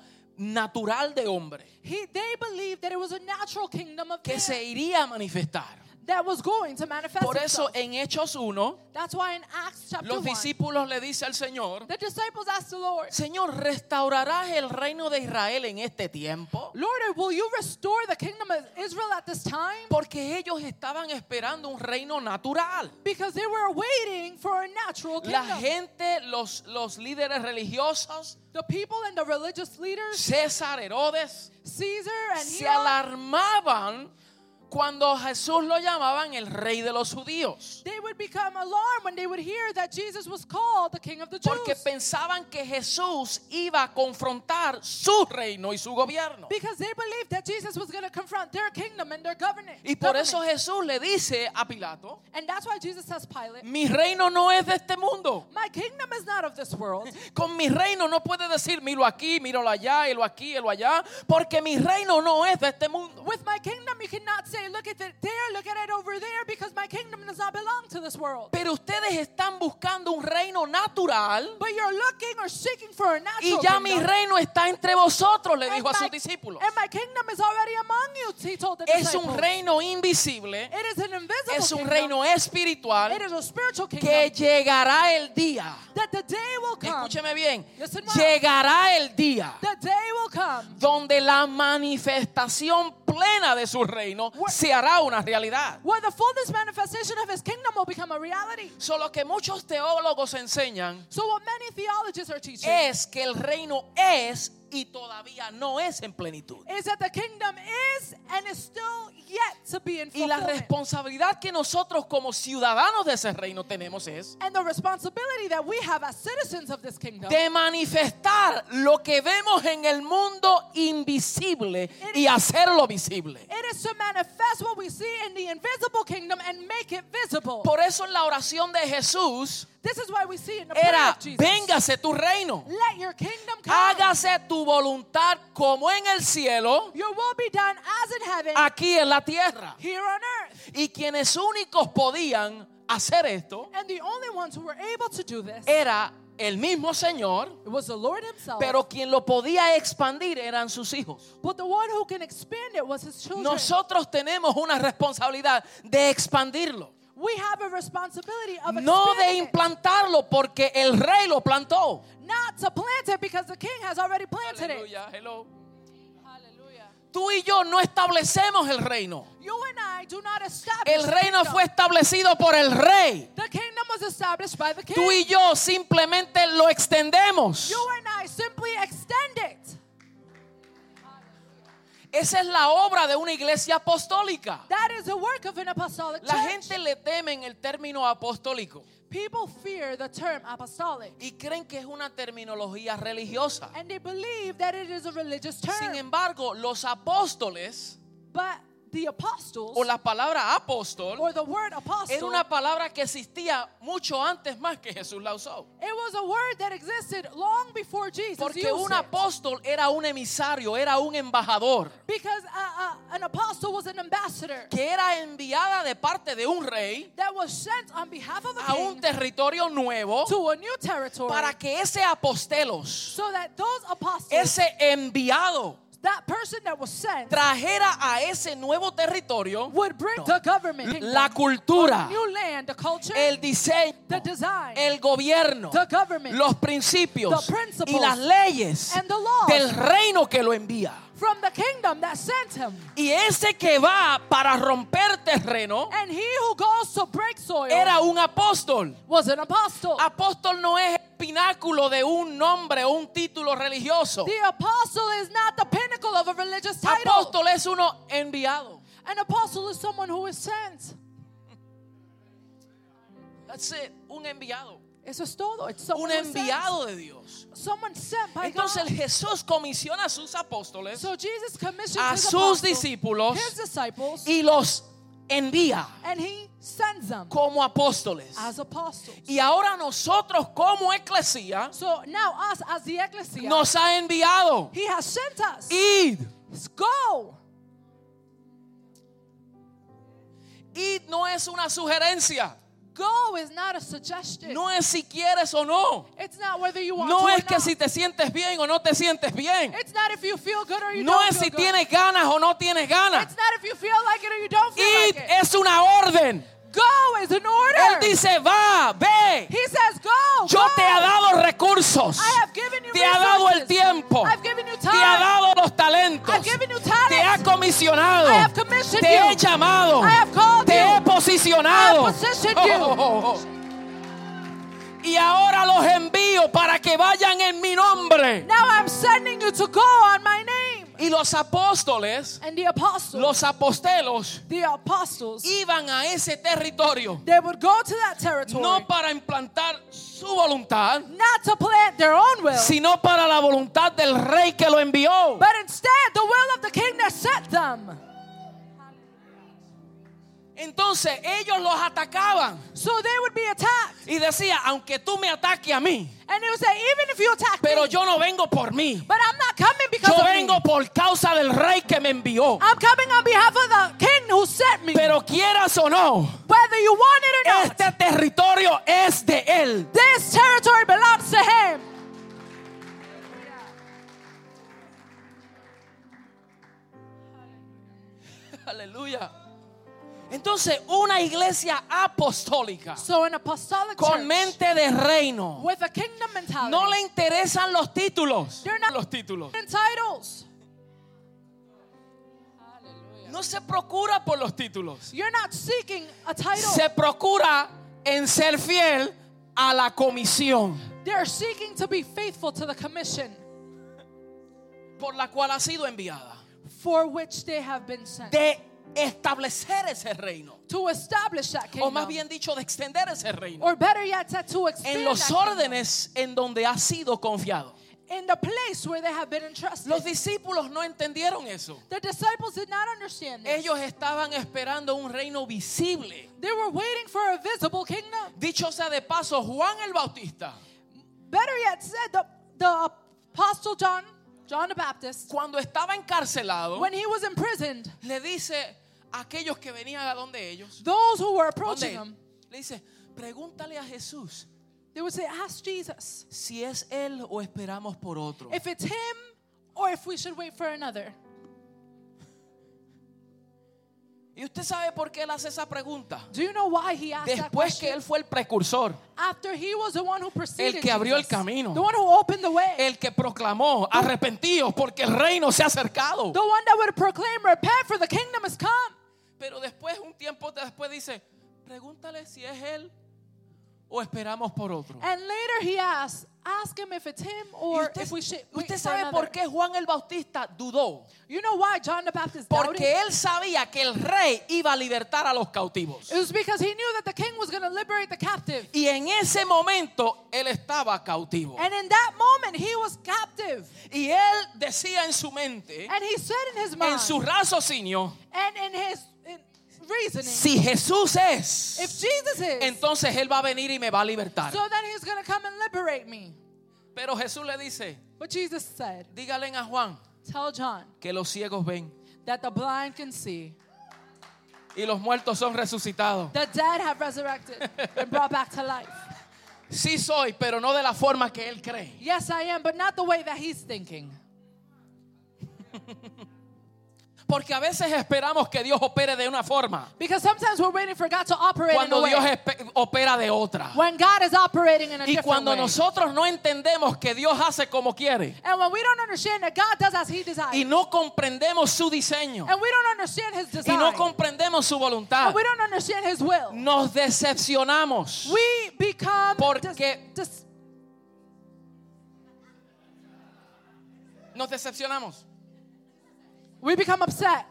[SPEAKER 1] natural de hombre
[SPEAKER 2] He, they believed that it was a natural kingdom of
[SPEAKER 1] que
[SPEAKER 2] man
[SPEAKER 1] se iría a manifestar.
[SPEAKER 2] that was going to manifest
[SPEAKER 1] Por eso
[SPEAKER 2] itself.
[SPEAKER 1] en Hechos 1
[SPEAKER 2] That's why in Acts chapter
[SPEAKER 1] los
[SPEAKER 2] 1,
[SPEAKER 1] discípulos le dice al Señor,
[SPEAKER 2] the disciples asked the Lord,
[SPEAKER 1] Señor, ¿restaurarás el reino de Israel en este tiempo?
[SPEAKER 2] Lord, will you restore the kingdom of Israel at this time?
[SPEAKER 1] Porque ellos estaban esperando un reino natural.
[SPEAKER 2] Because they were waiting for a natural
[SPEAKER 1] La
[SPEAKER 2] kingdom.
[SPEAKER 1] gente, los, los líderes religiosos,
[SPEAKER 2] The people and the religious leaders,
[SPEAKER 1] César, Herodes,
[SPEAKER 2] Caesar and
[SPEAKER 1] se
[SPEAKER 2] Nero,
[SPEAKER 1] alarmaban cuando Jesús lo llamaban el rey de los judíos.
[SPEAKER 2] they would become alarmed when they would hear that Jesus was called the king of the
[SPEAKER 1] Porque
[SPEAKER 2] Jews.
[SPEAKER 1] pensaban que Jesús iba a confrontar su reino y su gobierno.
[SPEAKER 2] Because they believed that Jesus was going to confront their kingdom and their government.
[SPEAKER 1] Y por
[SPEAKER 2] government.
[SPEAKER 1] eso Jesús le dice a Pilato,
[SPEAKER 2] and that's why Jesus says, Pilate,
[SPEAKER 1] mi reino no es de este mundo.
[SPEAKER 2] my kingdom is not of this world.
[SPEAKER 1] Con mi reino no puede decir, míralo aquí, míralo allá, y lo aquí, y lo allá, porque mi reino no es de este mundo.
[SPEAKER 2] With my kingdom, you cannot say, look at it there, look at it over there, because my kingdom does not belong to this world.
[SPEAKER 1] Pero ustedes están buscando un reino natural
[SPEAKER 2] But you're looking or seeking for a
[SPEAKER 1] y
[SPEAKER 2] natural
[SPEAKER 1] ya mi
[SPEAKER 2] kingdom.
[SPEAKER 1] reino está entre vosotros, le
[SPEAKER 2] and,
[SPEAKER 1] dijo a
[SPEAKER 2] my,
[SPEAKER 1] sus discípulos.
[SPEAKER 2] and my kingdom is already among you, he told the
[SPEAKER 1] Es
[SPEAKER 2] disciples.
[SPEAKER 1] un reino invisible,
[SPEAKER 2] It is an invisible
[SPEAKER 1] es un
[SPEAKER 2] kingdom.
[SPEAKER 1] reino espiritual
[SPEAKER 2] It is a spiritual kingdom.
[SPEAKER 1] que llegará el día.
[SPEAKER 2] that the day will come.
[SPEAKER 1] Escúcheme bien,
[SPEAKER 2] Listen well.
[SPEAKER 1] llegará el día
[SPEAKER 2] The day will come
[SPEAKER 1] donde la manifestación plena de su reino
[SPEAKER 2] Where-
[SPEAKER 1] se hará una realidad.
[SPEAKER 2] where the fullness manifestation of his kingdom will become a reality.
[SPEAKER 1] Solo que muchos teólogos enseñan
[SPEAKER 2] So what many theologists are teaching
[SPEAKER 1] es que el reino es y todavía no es en plenitud.
[SPEAKER 2] is that the kingdom is and is still yet to be in
[SPEAKER 1] Y la
[SPEAKER 2] fulfillment.
[SPEAKER 1] responsabilidad que nosotros como ciudadanos de ese reino tenemos es
[SPEAKER 2] And the responsibility that we have as citizens of this kingdom
[SPEAKER 1] de manifestar lo que vemos en el mundo invisible y hacerlo visible.
[SPEAKER 2] It is to manifest what we see in the invisible kingdom and make it visible.
[SPEAKER 1] Por eso en la oración de Jesús
[SPEAKER 2] This is why we see in the prayer
[SPEAKER 1] era,
[SPEAKER 2] of Jesus.
[SPEAKER 1] véngase tu reino,
[SPEAKER 2] Let your kingdom come.
[SPEAKER 1] hágase tu voluntad como en el cielo,
[SPEAKER 2] Your will be done as in heaven,
[SPEAKER 1] aquí en la tierra.
[SPEAKER 2] here on earth.
[SPEAKER 1] Y quienes únicos podían hacer esto
[SPEAKER 2] And the only ones who were able to do this, it
[SPEAKER 1] era el mismo Señor,
[SPEAKER 2] was the Lord Himself.
[SPEAKER 1] pero quien lo podía expandir eran sus hijos.
[SPEAKER 2] but the one who can expand it was His children.
[SPEAKER 1] Nosotros tenemos una responsabilidad de expandirlo,
[SPEAKER 2] we have a responsibility of
[SPEAKER 1] no de
[SPEAKER 2] expanding
[SPEAKER 1] implantarlo porque el rey lo plantó.
[SPEAKER 2] it, not to plant it because the King has already planted it.
[SPEAKER 1] Aleluya, hello.
[SPEAKER 2] Hallelujah.
[SPEAKER 1] Tú y yo no establecemos el reino.
[SPEAKER 2] You and I do not establish
[SPEAKER 1] El
[SPEAKER 2] the
[SPEAKER 1] reino
[SPEAKER 2] kingdom.
[SPEAKER 1] fue establecido por el rey.
[SPEAKER 2] The kingdom was established by the King.
[SPEAKER 1] Tú y yo simplemente lo extendemos.
[SPEAKER 2] You and I simply extend it.
[SPEAKER 1] Esa es la obra de una iglesia apostólica.
[SPEAKER 2] That is the work of an apostolic
[SPEAKER 1] La
[SPEAKER 2] church.
[SPEAKER 1] gente le temen el término apostólico
[SPEAKER 2] People fear the term apostolic
[SPEAKER 1] y creen que es una terminología religiosa.
[SPEAKER 2] and they believe that it is a religious
[SPEAKER 1] Sin
[SPEAKER 2] term.
[SPEAKER 1] embargo, los apóstoles
[SPEAKER 2] but the apostles
[SPEAKER 1] o la palabra apóstol
[SPEAKER 2] or the word apostle,
[SPEAKER 1] era una palabra que existía mucho antes más que Jesús la usó.
[SPEAKER 2] it was a word that existed long before Jesus
[SPEAKER 1] Porque
[SPEAKER 2] used
[SPEAKER 1] un
[SPEAKER 2] it.
[SPEAKER 1] apóstol era un emisario, era un embajador
[SPEAKER 2] Because uh, uh, an apostle was an ambassador
[SPEAKER 1] que era enviada de parte de un rey
[SPEAKER 2] that was sent on behalf of a
[SPEAKER 1] a un
[SPEAKER 2] king
[SPEAKER 1] territorio nuevo
[SPEAKER 2] to a new territory
[SPEAKER 1] para que ese apostelos,
[SPEAKER 2] so that those apostles,
[SPEAKER 1] ese enviado,
[SPEAKER 2] that person that was sent,
[SPEAKER 1] trajera a ese nuevo territorio
[SPEAKER 2] would bring the government, kingdom,
[SPEAKER 1] la cultura,
[SPEAKER 2] new land, the culture,
[SPEAKER 1] el diseño,
[SPEAKER 2] the design,
[SPEAKER 1] el gobierno,
[SPEAKER 2] the government,
[SPEAKER 1] los principios
[SPEAKER 2] The principles
[SPEAKER 1] y las leyes
[SPEAKER 2] and the laws.
[SPEAKER 1] del reino que lo envía.
[SPEAKER 2] from the kingdom that sent him.
[SPEAKER 1] Y ese que va para romper terreno
[SPEAKER 2] And he who goes to break soil
[SPEAKER 1] era un apóstol.
[SPEAKER 2] was an apostle.
[SPEAKER 1] Apóstol no es pináculo de un nombre o un título religioso.
[SPEAKER 2] The apostle is not the pinnacle of a religious title.
[SPEAKER 1] Apóstol es uno enviado.
[SPEAKER 2] An apostle is someone who is sent.
[SPEAKER 1] That's it, un enviado.
[SPEAKER 2] Eso es todo. It's
[SPEAKER 1] Un
[SPEAKER 2] someone who is
[SPEAKER 1] enviado de Dios.
[SPEAKER 2] Sent. Someone sent by
[SPEAKER 1] Entonces
[SPEAKER 2] God.
[SPEAKER 1] Jesús comisiona a sus apóstoles,
[SPEAKER 2] So Jesus commissioned
[SPEAKER 1] a
[SPEAKER 2] his
[SPEAKER 1] sus
[SPEAKER 2] apostles,
[SPEAKER 1] discípulos
[SPEAKER 2] his disciples,
[SPEAKER 1] y los envía
[SPEAKER 2] and he sends them
[SPEAKER 1] como apóstoles.
[SPEAKER 2] as apostles.
[SPEAKER 1] Y ahora nosotros como eclesía
[SPEAKER 2] So now us as the ecclesia,
[SPEAKER 1] nos ha enviado.
[SPEAKER 2] he has sent us.
[SPEAKER 1] Id.
[SPEAKER 2] Go.
[SPEAKER 1] Id no es una sugerencia.
[SPEAKER 2] Go is not a suggestion.
[SPEAKER 1] No es si quieres o no.
[SPEAKER 2] It's not whether you want
[SPEAKER 1] No
[SPEAKER 2] to or
[SPEAKER 1] es que
[SPEAKER 2] not.
[SPEAKER 1] si te sientes bien o no te sientes bien.
[SPEAKER 2] It's not if you feel good or you
[SPEAKER 1] No
[SPEAKER 2] don't
[SPEAKER 1] es
[SPEAKER 2] feel
[SPEAKER 1] si
[SPEAKER 2] good.
[SPEAKER 1] tienes ganas o no tienes ganas.
[SPEAKER 2] It's not if you feel like it or you don't feel
[SPEAKER 1] Id
[SPEAKER 2] like it.
[SPEAKER 1] es una orden.
[SPEAKER 2] Go is an order.
[SPEAKER 1] Él dice, va, ve.
[SPEAKER 2] he says, go.
[SPEAKER 1] Yo
[SPEAKER 2] go.
[SPEAKER 1] te he dado recursos.
[SPEAKER 2] I have given you
[SPEAKER 1] Te ha dado el
[SPEAKER 2] resources.
[SPEAKER 1] tiempo.
[SPEAKER 2] I've given you
[SPEAKER 1] Te ha
[SPEAKER 2] time.
[SPEAKER 1] dado los talentos.
[SPEAKER 2] I've given you
[SPEAKER 1] Te ha
[SPEAKER 2] talents.
[SPEAKER 1] comisionado.
[SPEAKER 2] I have commissioned
[SPEAKER 1] Te he
[SPEAKER 2] you.
[SPEAKER 1] llamado.
[SPEAKER 2] I have called
[SPEAKER 1] Te
[SPEAKER 2] you.
[SPEAKER 1] he posicionado.
[SPEAKER 2] I have positioned
[SPEAKER 1] Oh,
[SPEAKER 2] you.
[SPEAKER 1] oh, oh, oh. Y ahora los envío para que vayan en mi nombre.
[SPEAKER 2] Now I'm sending you to go on my name.
[SPEAKER 1] Y los apóstoles,
[SPEAKER 2] And the apostles,
[SPEAKER 1] los apostelos,
[SPEAKER 2] the apostles,
[SPEAKER 1] iban a ese territorio
[SPEAKER 2] they would go to that territory
[SPEAKER 1] no para implantar su voluntad,
[SPEAKER 2] not to plant their own will,
[SPEAKER 1] sino para la voluntad del rey que lo envió.
[SPEAKER 2] but instead the will of the king that sent them.
[SPEAKER 1] Entonces ellos los atacaban
[SPEAKER 2] So they would be attacked.
[SPEAKER 1] y decía, aunque tú me ataques a mí,
[SPEAKER 2] And they would say, even if you attack
[SPEAKER 1] pero
[SPEAKER 2] me,
[SPEAKER 1] yo no vengo por mí.
[SPEAKER 2] but I'm not coming because
[SPEAKER 1] Yo
[SPEAKER 2] of
[SPEAKER 1] vengo
[SPEAKER 2] me.
[SPEAKER 1] por causa del rey que me envió.
[SPEAKER 2] I'm coming on behalf of the king who sent me.
[SPEAKER 1] Pero quieras o no,
[SPEAKER 2] Whether you want it or not,
[SPEAKER 1] este territorio es de él.
[SPEAKER 2] this territory belongs to him.
[SPEAKER 1] Aleluya. Entonces, una iglesia apostólica
[SPEAKER 2] So an apostolic
[SPEAKER 1] con
[SPEAKER 2] church
[SPEAKER 1] mente de reino
[SPEAKER 2] with a kingdom mentality,
[SPEAKER 1] no le interesan los títulos.
[SPEAKER 2] They're not-
[SPEAKER 1] Los títulos.
[SPEAKER 2] and titles.
[SPEAKER 1] No se procura por los títulos.
[SPEAKER 2] You're not seeking a title.
[SPEAKER 1] Se procura en ser fiel a la comisión
[SPEAKER 2] They're seeking to be faithful to the commission
[SPEAKER 1] por la cual ha sido enviada.
[SPEAKER 2] for which they have been sent.
[SPEAKER 1] De establecer ese reino.
[SPEAKER 2] to establish that
[SPEAKER 1] O
[SPEAKER 2] kingdom.
[SPEAKER 1] más bien dicho, de extender ese reino.
[SPEAKER 2] or better yet, said to expand
[SPEAKER 1] En los
[SPEAKER 2] that kingdom
[SPEAKER 1] órdenes en donde ha sido confiado.
[SPEAKER 2] in the place where they have been entrusted.
[SPEAKER 1] Los discípulos no entendieron eso.
[SPEAKER 2] the disciples did not understand this.
[SPEAKER 1] Ellos estaban esperando un reino visible.
[SPEAKER 2] they were waiting for a visible kingdom.
[SPEAKER 1] Dicho sea de paso, Juan el Bautista,
[SPEAKER 2] Better yet said, the, the apostle John, John the Baptist,
[SPEAKER 1] cuando estaba encarcelado,
[SPEAKER 2] when he was imprisoned,
[SPEAKER 1] le dice a aquellos que venían a donde ellos,
[SPEAKER 2] those who were
[SPEAKER 1] ¿dónde
[SPEAKER 2] approaching
[SPEAKER 1] él?
[SPEAKER 2] him,
[SPEAKER 1] le dice, pregúntale a Jesús
[SPEAKER 2] they would say, ask Jesus
[SPEAKER 1] si es él o esperamos por otro.
[SPEAKER 2] if it's him or if we should wait for another.
[SPEAKER 1] Y usted sabe por qué él hace esa pregunta.
[SPEAKER 2] Do you know why he asked that
[SPEAKER 1] Después
[SPEAKER 2] question?
[SPEAKER 1] que él fue el precursor,
[SPEAKER 2] After he was the one who preceded
[SPEAKER 1] El que abrió el
[SPEAKER 2] Jesus,
[SPEAKER 1] camino.
[SPEAKER 2] the one who opened the way,
[SPEAKER 1] el que proclamó, arrepentidos porque el reino se ha acercado.
[SPEAKER 2] the one that would proclaim, repent for the kingdom has come.
[SPEAKER 1] Pero después, un tiempo después dice, pregúntale si es él o esperamos por otro.
[SPEAKER 2] And later he asked, ask him if it's him
[SPEAKER 1] Y
[SPEAKER 2] or
[SPEAKER 1] usted,
[SPEAKER 2] if we should wait
[SPEAKER 1] usted
[SPEAKER 2] for
[SPEAKER 1] sabe
[SPEAKER 2] another.
[SPEAKER 1] por qué Juan el Bautista dudó.
[SPEAKER 2] You know why John the Baptist doubted?
[SPEAKER 1] Porque él sabía que el rey iba a libertar a los cautivos.
[SPEAKER 2] It was because he knew that the king was going to liberate the captive.
[SPEAKER 1] Y en ese momento él estaba cautivo.
[SPEAKER 2] And in that moment, he was captive.
[SPEAKER 1] Y él decía en su mente,
[SPEAKER 2] And he said in his
[SPEAKER 1] en
[SPEAKER 2] mind
[SPEAKER 1] su raciocinio,
[SPEAKER 2] and in his in reasoning,
[SPEAKER 1] si Jesús
[SPEAKER 2] if
[SPEAKER 1] es,
[SPEAKER 2] Jesus is,
[SPEAKER 1] entonces él va a venir y me va a libertar.
[SPEAKER 2] so then he's going to come and liberate me.
[SPEAKER 1] Pero Jesús le dice,
[SPEAKER 2] But Jesus said,
[SPEAKER 1] dígale a Juan
[SPEAKER 2] Tell John
[SPEAKER 1] que los ciegos ven
[SPEAKER 2] that the blind can see,
[SPEAKER 1] y los muertos son resucitados.
[SPEAKER 2] the dead have resurrected and brought back to life.
[SPEAKER 1] Sí soy, pero no de la forma que él cree.
[SPEAKER 2] Yes, I am, but not the way that he's thinking.
[SPEAKER 1] Porque a veces esperamos que Dios opere de una forma
[SPEAKER 2] Because sometimes we're waiting for God to operate in a
[SPEAKER 1] cuando
[SPEAKER 2] way
[SPEAKER 1] Dios espe- opera de otra.
[SPEAKER 2] when God is operating in a
[SPEAKER 1] Y
[SPEAKER 2] different
[SPEAKER 1] cuando
[SPEAKER 2] way.
[SPEAKER 1] nosotros no entendemos que Dios hace como quiere
[SPEAKER 2] and when we don't understand that God does as he desires,
[SPEAKER 1] y no comprendemos su diseño
[SPEAKER 2] and we don't understand his
[SPEAKER 1] y
[SPEAKER 2] design,
[SPEAKER 1] no comprendemos su voluntad,
[SPEAKER 2] and we don't understand his will,
[SPEAKER 1] nos decepcionamos
[SPEAKER 2] we become
[SPEAKER 1] Porque-
[SPEAKER 2] dis- dis-
[SPEAKER 1] Nos decepcionamos.
[SPEAKER 2] We become upset,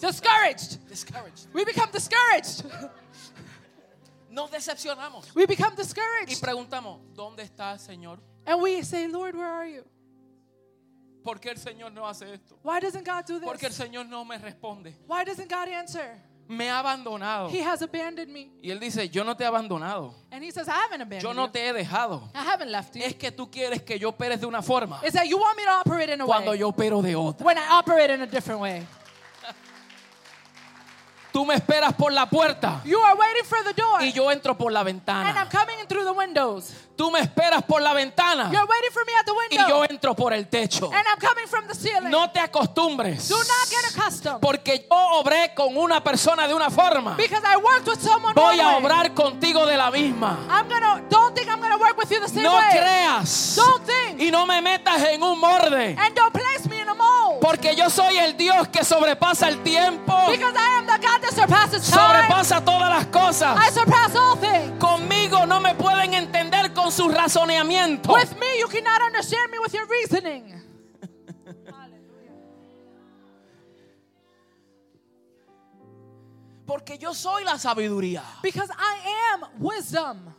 [SPEAKER 2] discouraged.
[SPEAKER 1] Discouraged.
[SPEAKER 2] We become discouraged.
[SPEAKER 1] Nos decepcionamos.
[SPEAKER 2] We become
[SPEAKER 1] Y
[SPEAKER 2] discouraged.
[SPEAKER 1] preguntamos, ¿dónde está, Señor?
[SPEAKER 2] And we say, Lord, where are you?
[SPEAKER 1] ¿Por qué el Señor no hace esto?
[SPEAKER 2] Why doesn't God do
[SPEAKER 1] ¿Por qué el
[SPEAKER 2] this?
[SPEAKER 1] Señor no me responde?
[SPEAKER 2] Why doesn't God answer?
[SPEAKER 1] Me ha abandonado.
[SPEAKER 2] He has abandoned me.
[SPEAKER 1] Y él dice, yo no te he abandonado.
[SPEAKER 2] And he says, I haven't
[SPEAKER 1] Yo
[SPEAKER 2] abandoned
[SPEAKER 1] no
[SPEAKER 2] you.
[SPEAKER 1] te Eh. he dejado.
[SPEAKER 2] I haven't left you.
[SPEAKER 1] Es que tú quieres que yo opere de una forma
[SPEAKER 2] It's that you want me to operate in a
[SPEAKER 1] cuando
[SPEAKER 2] way
[SPEAKER 1] yo opero de otra.
[SPEAKER 2] when I operate in a different way.
[SPEAKER 1] Tú me esperas por la puerta
[SPEAKER 2] You are waiting for the door,
[SPEAKER 1] y yo entro por la
[SPEAKER 2] and I'm
[SPEAKER 1] ventana.
[SPEAKER 2] coming in through the windows.
[SPEAKER 1] Tú me esperas por la
[SPEAKER 2] You're
[SPEAKER 1] ventana
[SPEAKER 2] waiting for me at the
[SPEAKER 1] y
[SPEAKER 2] window,
[SPEAKER 1] yo entro por el techo.
[SPEAKER 2] and I'm coming from the ceiling.
[SPEAKER 1] No te acostumbres.
[SPEAKER 2] Do not get accustomed
[SPEAKER 1] Porque yo obré con una persona de una forma.
[SPEAKER 2] because I worked with someone.
[SPEAKER 1] Voy
[SPEAKER 2] one
[SPEAKER 1] a
[SPEAKER 2] way.
[SPEAKER 1] obrar contigo de la misma.
[SPEAKER 2] I'm gonna. Don't think I'm gonna work with you the same
[SPEAKER 1] No
[SPEAKER 2] way.
[SPEAKER 1] creas
[SPEAKER 2] pues. Don't think.
[SPEAKER 1] y no me metas en un morde.
[SPEAKER 2] And don't place me in a mold
[SPEAKER 1] Porque yo soy el Dios que sobrepasa el tiempo,
[SPEAKER 2] because I am the God that surpasses time.
[SPEAKER 1] sobrepasa todas las
[SPEAKER 2] I
[SPEAKER 1] cosas.
[SPEAKER 2] surpass all things.
[SPEAKER 1] Conmigo no me pueden entender con sus razonamientos.
[SPEAKER 2] With me, you cannot understand me with your reasoning.
[SPEAKER 1] Porque yo soy la sabiduría.
[SPEAKER 2] Because I am wisdom.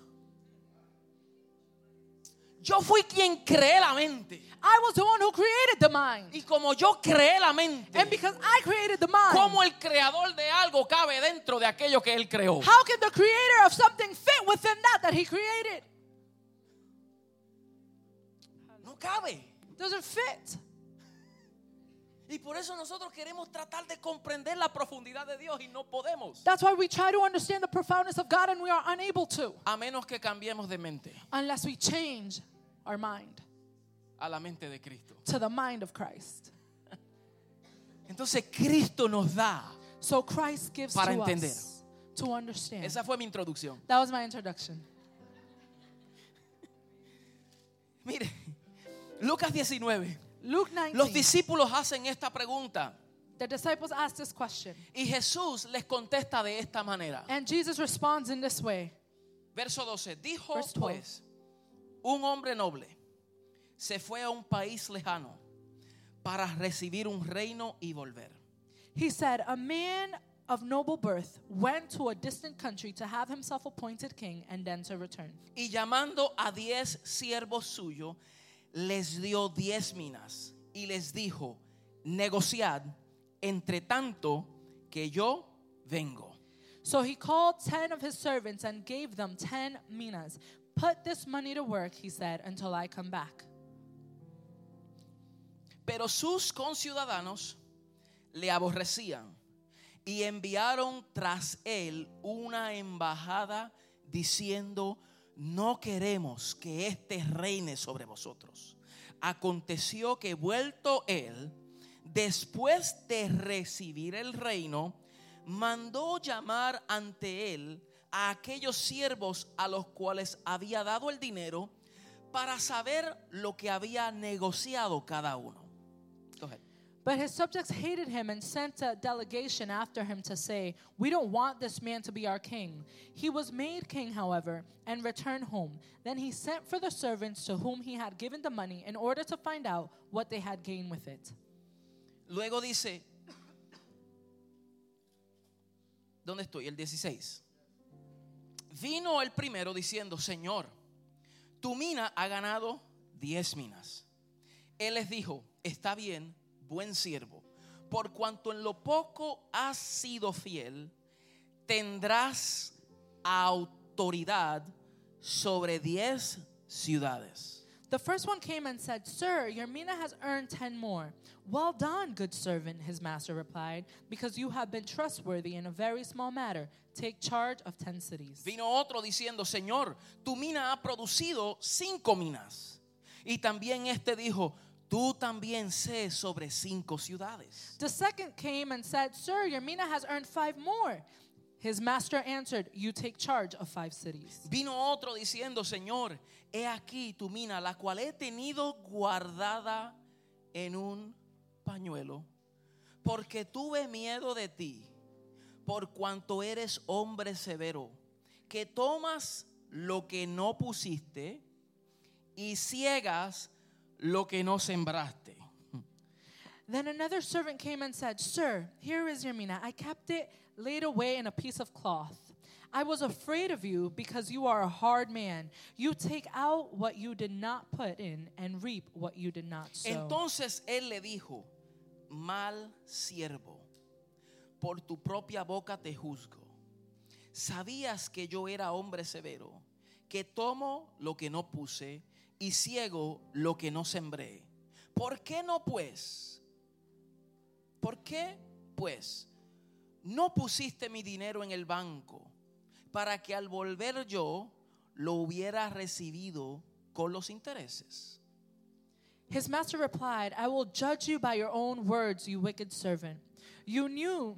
[SPEAKER 1] Yo fui quien creé la mente.
[SPEAKER 2] I was the one who created the mind.
[SPEAKER 1] Y como yo creé la
[SPEAKER 2] And
[SPEAKER 1] mente,
[SPEAKER 2] because I created the mind,
[SPEAKER 1] ¿cómo el creador de algo cabe dentro de aquello que él creó?
[SPEAKER 2] how can the creator of something fit within that that he created?
[SPEAKER 1] No cabe.
[SPEAKER 2] Doesn't fit.
[SPEAKER 1] Y por eso nosotros queremos tratar de comprender la profundidad de Dios y no podemos.
[SPEAKER 2] That's why we try to understand the profoundness of God and we are unable to
[SPEAKER 1] A menos que cambiemos de mente
[SPEAKER 2] unless we change our mind
[SPEAKER 1] a la mente de Cristo.
[SPEAKER 2] to the mind of Christ.
[SPEAKER 1] Entonces Cristo nos da.
[SPEAKER 2] So Christ gives
[SPEAKER 1] Para
[SPEAKER 2] to
[SPEAKER 1] entender.
[SPEAKER 2] us to understand.
[SPEAKER 1] Esa fue mi introducción.
[SPEAKER 2] that was my introduction.
[SPEAKER 1] Mire, Lucas 19.
[SPEAKER 2] Luke 19.
[SPEAKER 1] Los discípulos hacen esta pregunta
[SPEAKER 2] the disciples asked this question,
[SPEAKER 1] y Jesús les contesta de esta manera.
[SPEAKER 2] and Jesus responds in this way.
[SPEAKER 1] Verso 12. Dijo
[SPEAKER 2] Verse 12.
[SPEAKER 1] pues, un hombre noble se fue a un país lejano para recibir un reino y volver.
[SPEAKER 2] He said, A man of noble birth went to a distant country to have himself appointed king and then to return.
[SPEAKER 1] Y llamando a diez siervos suyos, les dio diez minas y les dijo, negociad entre tanto que yo vengo.
[SPEAKER 2] So he called ten of his servants and gave them ten minas. Put this money to work, he said, until I come back.
[SPEAKER 1] Pero sus conciudadanos le aborrecían y enviaron tras él una embajada diciendo, no queremos que éste reine sobre vosotros. Aconteció que vuelto él, después de recibir el reino, mandó llamar ante él a aquellos siervos a los cuales había dado el dinero para saber lo que había negociado cada uno. Go ahead.
[SPEAKER 2] But his subjects hated him and sent a delegation after him to say, We don't want this man to be our king. He was made king, however, and returned home. Then he sent for the servants to whom he had given the money in order to find out what they had gained with it.
[SPEAKER 1] Luego dice, ¿dónde estoy? El 16. Vino el primero diciendo, Señor, tu mina ha ganado 10 minas. Él les dijo, está bien, buen siervo, por cuanto en lo poco has sido fiel, tendrás autoridad sobre 10 ciudades.
[SPEAKER 2] The first one came and said, Sir, your mina has earned ten more. Well done, good servant, his master replied, because you have been trustworthy in a very small matter. Take charge of ten cities.
[SPEAKER 1] Vino otro diciendo, Señor, tu mina ha producido cinco minas. Y también este dijo, tú también sé sobre cinco ciudades.
[SPEAKER 2] The second came and said, Sir, your mina has earned five more. His master answered, You take charge of five cities.
[SPEAKER 1] Vino otro diciendo, Señor, he aquí tu mina, la cual he tenido guardada en un pañuelo, porque tuve miedo de ti, por cuanto eres hombre severo, que tomas lo que no pusiste y ciegas lo que no sembraste.
[SPEAKER 2] Then another servant came and said, Sir, here is your mina. I kept it laid away in a piece of cloth. I was afraid of you because you are a hard man. You take out what you did not put in and reap what you did not sow.
[SPEAKER 1] Entonces él le dijo, mal siervo, por tu propia boca te juzgo. Sabías que yo era hombre severo, que tomo lo que no puse y ciego lo que no sembré. ¿Por qué no pues? ¿Por qué pues no pusiste mi dinero en el banco para que al volver yo lo hubiera recibido con los intereses?
[SPEAKER 2] His master replied, I will judge you by your own words, you wicked servant. You knew,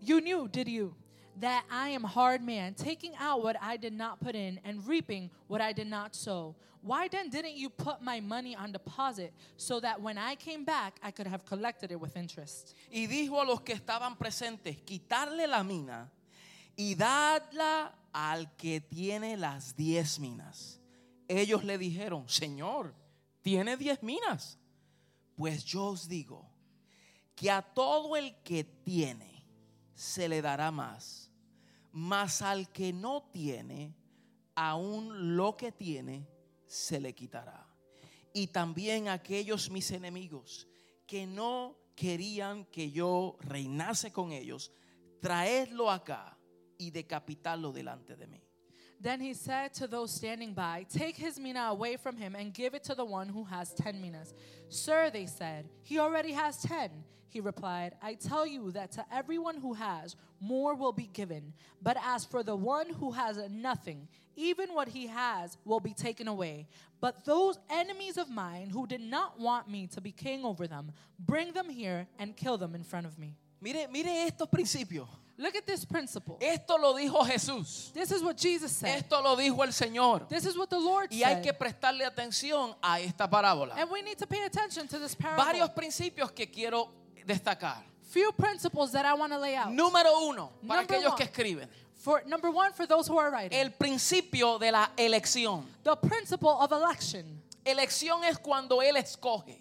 [SPEAKER 2] you knew, did you, that I am a hard man, taking out what I did not put in and reaping what I did not sow. Why then didn't you put my money on deposit so that when I came back I could have collected it with interest?
[SPEAKER 1] Y dijo a los que estaban presentes, quitarle la mina y dadla al que tiene las diez minas. Ellos le dijeron, Señor, tiene diez minas. Pues yo os digo que a todo el que tiene se le dará más, mas al que no tiene, aún lo que tiene se le quitará. Y también aquellos mis enemigos que no querían que yo reinase con ellos, traedlo acá y decapitarlo delante de mí.
[SPEAKER 2] Then he said to those standing by, Take his mina away from him and give it to the one who has ten minas. Sir, they said, He already has ten. He replied, I tell you that to everyone who has, more will be given. But as for the one who has nothing, even what he has will be taken away. But those enemies of mine who did not want me to be king over them, bring them here and kill them in front of me.
[SPEAKER 1] Mire, mire estos principios.
[SPEAKER 2] Look at this principle.
[SPEAKER 1] Esto lo dijo Jesús.
[SPEAKER 2] This is what Jesus said.
[SPEAKER 1] Esto lo dijo el Señor.
[SPEAKER 2] This is what the Lord
[SPEAKER 1] Y hay
[SPEAKER 2] said.
[SPEAKER 1] que prestarle atención a esta parábola.
[SPEAKER 2] And we need to pay attention to this parable.
[SPEAKER 1] Varios principios que quiero destacar.
[SPEAKER 2] Few principles that I want to lay out.
[SPEAKER 1] Número uno, para
[SPEAKER 2] Number
[SPEAKER 1] aquellos
[SPEAKER 2] one.
[SPEAKER 1] que escriben,
[SPEAKER 2] For number one, for those who are writing,
[SPEAKER 1] el principio de la elección.
[SPEAKER 2] the principle of election.
[SPEAKER 1] Elección es cuando Él escoge.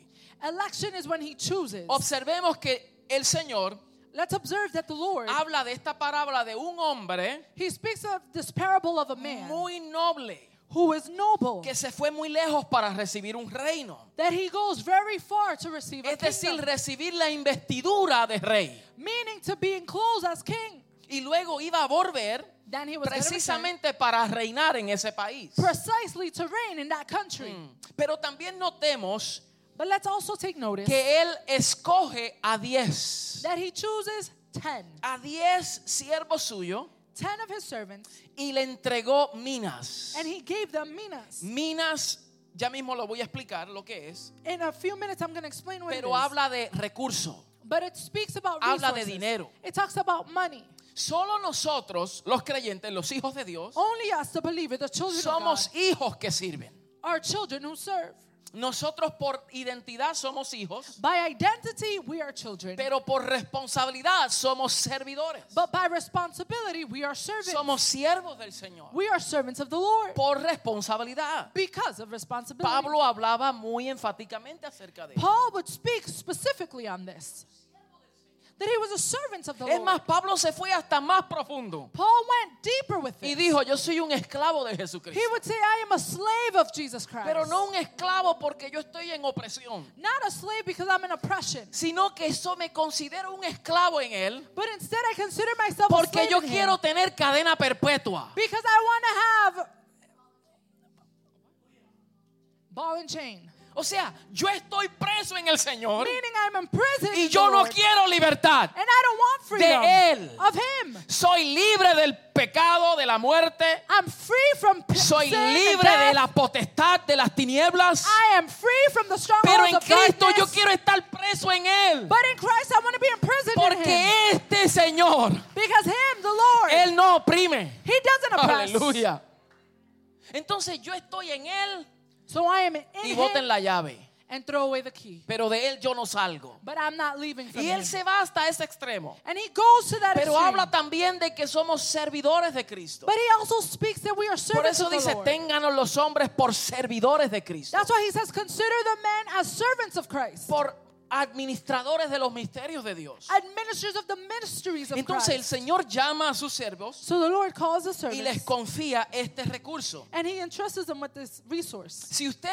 [SPEAKER 2] Election is when He chooses.
[SPEAKER 1] Observemos que el Señor
[SPEAKER 2] Let's observe that the Lord
[SPEAKER 1] habla de esta parábola de un hombre
[SPEAKER 2] He speaks of this parable of a man
[SPEAKER 1] muy noble
[SPEAKER 2] who is noble,
[SPEAKER 1] que se fue muy lejos para recibir un reino.
[SPEAKER 2] that he goes very far to receive a
[SPEAKER 1] Es decir,
[SPEAKER 2] kingdom,
[SPEAKER 1] recibir la investidura de rey.
[SPEAKER 2] meaning to be enclosed as king.
[SPEAKER 1] Y luego iba a volver
[SPEAKER 2] Then he was gonna return
[SPEAKER 1] precisamente para reinar en ese país.
[SPEAKER 2] precisely to reign in that country.
[SPEAKER 1] Mm. Pero también notemos
[SPEAKER 2] But let's also take notice
[SPEAKER 1] que él escoge a 10,
[SPEAKER 2] that he chooses ten,
[SPEAKER 1] a 10 siervos suyos
[SPEAKER 2] ten of his servants,
[SPEAKER 1] y le entregó minas.
[SPEAKER 2] and he gave them minas.
[SPEAKER 1] Minas, ya mismo lo voy a explicar lo que es,
[SPEAKER 2] In a few minutes, I'm going to explain what it
[SPEAKER 1] pero
[SPEAKER 2] is.
[SPEAKER 1] habla de recurso.
[SPEAKER 2] But it speaks about
[SPEAKER 1] Habla de
[SPEAKER 2] resources.
[SPEAKER 1] dinero.
[SPEAKER 2] It talks about money.
[SPEAKER 1] Solo nosotros, los creyentes, los hijos de Dios,
[SPEAKER 2] Only us, the believer, the children
[SPEAKER 1] somos
[SPEAKER 2] of
[SPEAKER 1] hijos que sirven.
[SPEAKER 2] God, are children who serve.
[SPEAKER 1] Nosotros por identidad somos hijos,
[SPEAKER 2] By identity, we are children.
[SPEAKER 1] pero por responsabilidad somos servidores.
[SPEAKER 2] but by responsibility, we are servants.
[SPEAKER 1] Somos siervos del Señor
[SPEAKER 2] we are servants of the Lord
[SPEAKER 1] por responsabilidad.
[SPEAKER 2] because of responsibility.
[SPEAKER 1] Pablo hablaba muy enfáticamente acerca de eso.
[SPEAKER 2] Paul would speak specifically on this. That he was a servant of the
[SPEAKER 1] Es
[SPEAKER 2] Lord.
[SPEAKER 1] más, Pablo se fue hasta más profundo
[SPEAKER 2] Paul went deeper with
[SPEAKER 1] y
[SPEAKER 2] it.
[SPEAKER 1] dijo, yo soy un esclavo de Jesucristo.
[SPEAKER 2] He would say, I am a slave of Jesus Christ.
[SPEAKER 1] Pero no un esclavo porque yo estoy en opresión,
[SPEAKER 2] Not a slave because I'm in oppression.
[SPEAKER 1] sino que eso me considero un esclavo en él
[SPEAKER 2] But instead, I consider myself a
[SPEAKER 1] porque
[SPEAKER 2] slave
[SPEAKER 1] yo
[SPEAKER 2] in him.
[SPEAKER 1] quiero tener cadena perpetua.
[SPEAKER 2] Because I want to have ball and chain.
[SPEAKER 1] O sea, yo estoy preso en el Señor
[SPEAKER 2] Meaning I'm in prison.
[SPEAKER 1] y
[SPEAKER 2] in
[SPEAKER 1] yo
[SPEAKER 2] the
[SPEAKER 1] no
[SPEAKER 2] Lord,
[SPEAKER 1] quiero libertad.
[SPEAKER 2] And I don't want freedom
[SPEAKER 1] él.
[SPEAKER 2] of him.
[SPEAKER 1] Soy libre del pecado, de la muerte.
[SPEAKER 2] I'm free from p-
[SPEAKER 1] Soy
[SPEAKER 2] sin and
[SPEAKER 1] libre
[SPEAKER 2] death.
[SPEAKER 1] de la potestad de las tinieblas.
[SPEAKER 2] I am free from the strongholds
[SPEAKER 1] Pero en
[SPEAKER 2] of
[SPEAKER 1] Cristo yo
[SPEAKER 2] darkness.
[SPEAKER 1] quiero estar preso en Él.
[SPEAKER 2] But in Christ I want to be in prison in him.
[SPEAKER 1] Porque este Señor,
[SPEAKER 2] Because him, the Lord,
[SPEAKER 1] Él no oprime.
[SPEAKER 2] he doesn't oppress.
[SPEAKER 1] Aleluya. Entonces yo estoy en Él
[SPEAKER 2] So I am in
[SPEAKER 1] y
[SPEAKER 2] him
[SPEAKER 1] voten la llave.
[SPEAKER 2] and throw away the key.
[SPEAKER 1] pero de él yo no salgo.
[SPEAKER 2] But I'm not leaving from
[SPEAKER 1] Y
[SPEAKER 2] him.
[SPEAKER 1] él se va hasta ese extremo.
[SPEAKER 2] and he goes to that
[SPEAKER 1] Pero
[SPEAKER 2] extreme.
[SPEAKER 1] habla también de que somos servidores de Cristo.
[SPEAKER 2] But he also speaks that we are
[SPEAKER 1] Por
[SPEAKER 2] servants
[SPEAKER 1] eso
[SPEAKER 2] of the
[SPEAKER 1] dice,
[SPEAKER 2] Lord.
[SPEAKER 1] ténganos los hombres por servidores de Cristo,
[SPEAKER 2] That's why he says, consider the men as servants of Christ,
[SPEAKER 1] por administradores de los misterios de Dios.
[SPEAKER 2] administrators of the ministries of
[SPEAKER 1] Entonces el
[SPEAKER 2] Christ.
[SPEAKER 1] Señor llama a sus servos
[SPEAKER 2] So the Lord calls the servants,
[SPEAKER 1] y les confía este recurso.
[SPEAKER 2] and he entrusts them with this resource.
[SPEAKER 1] Si usted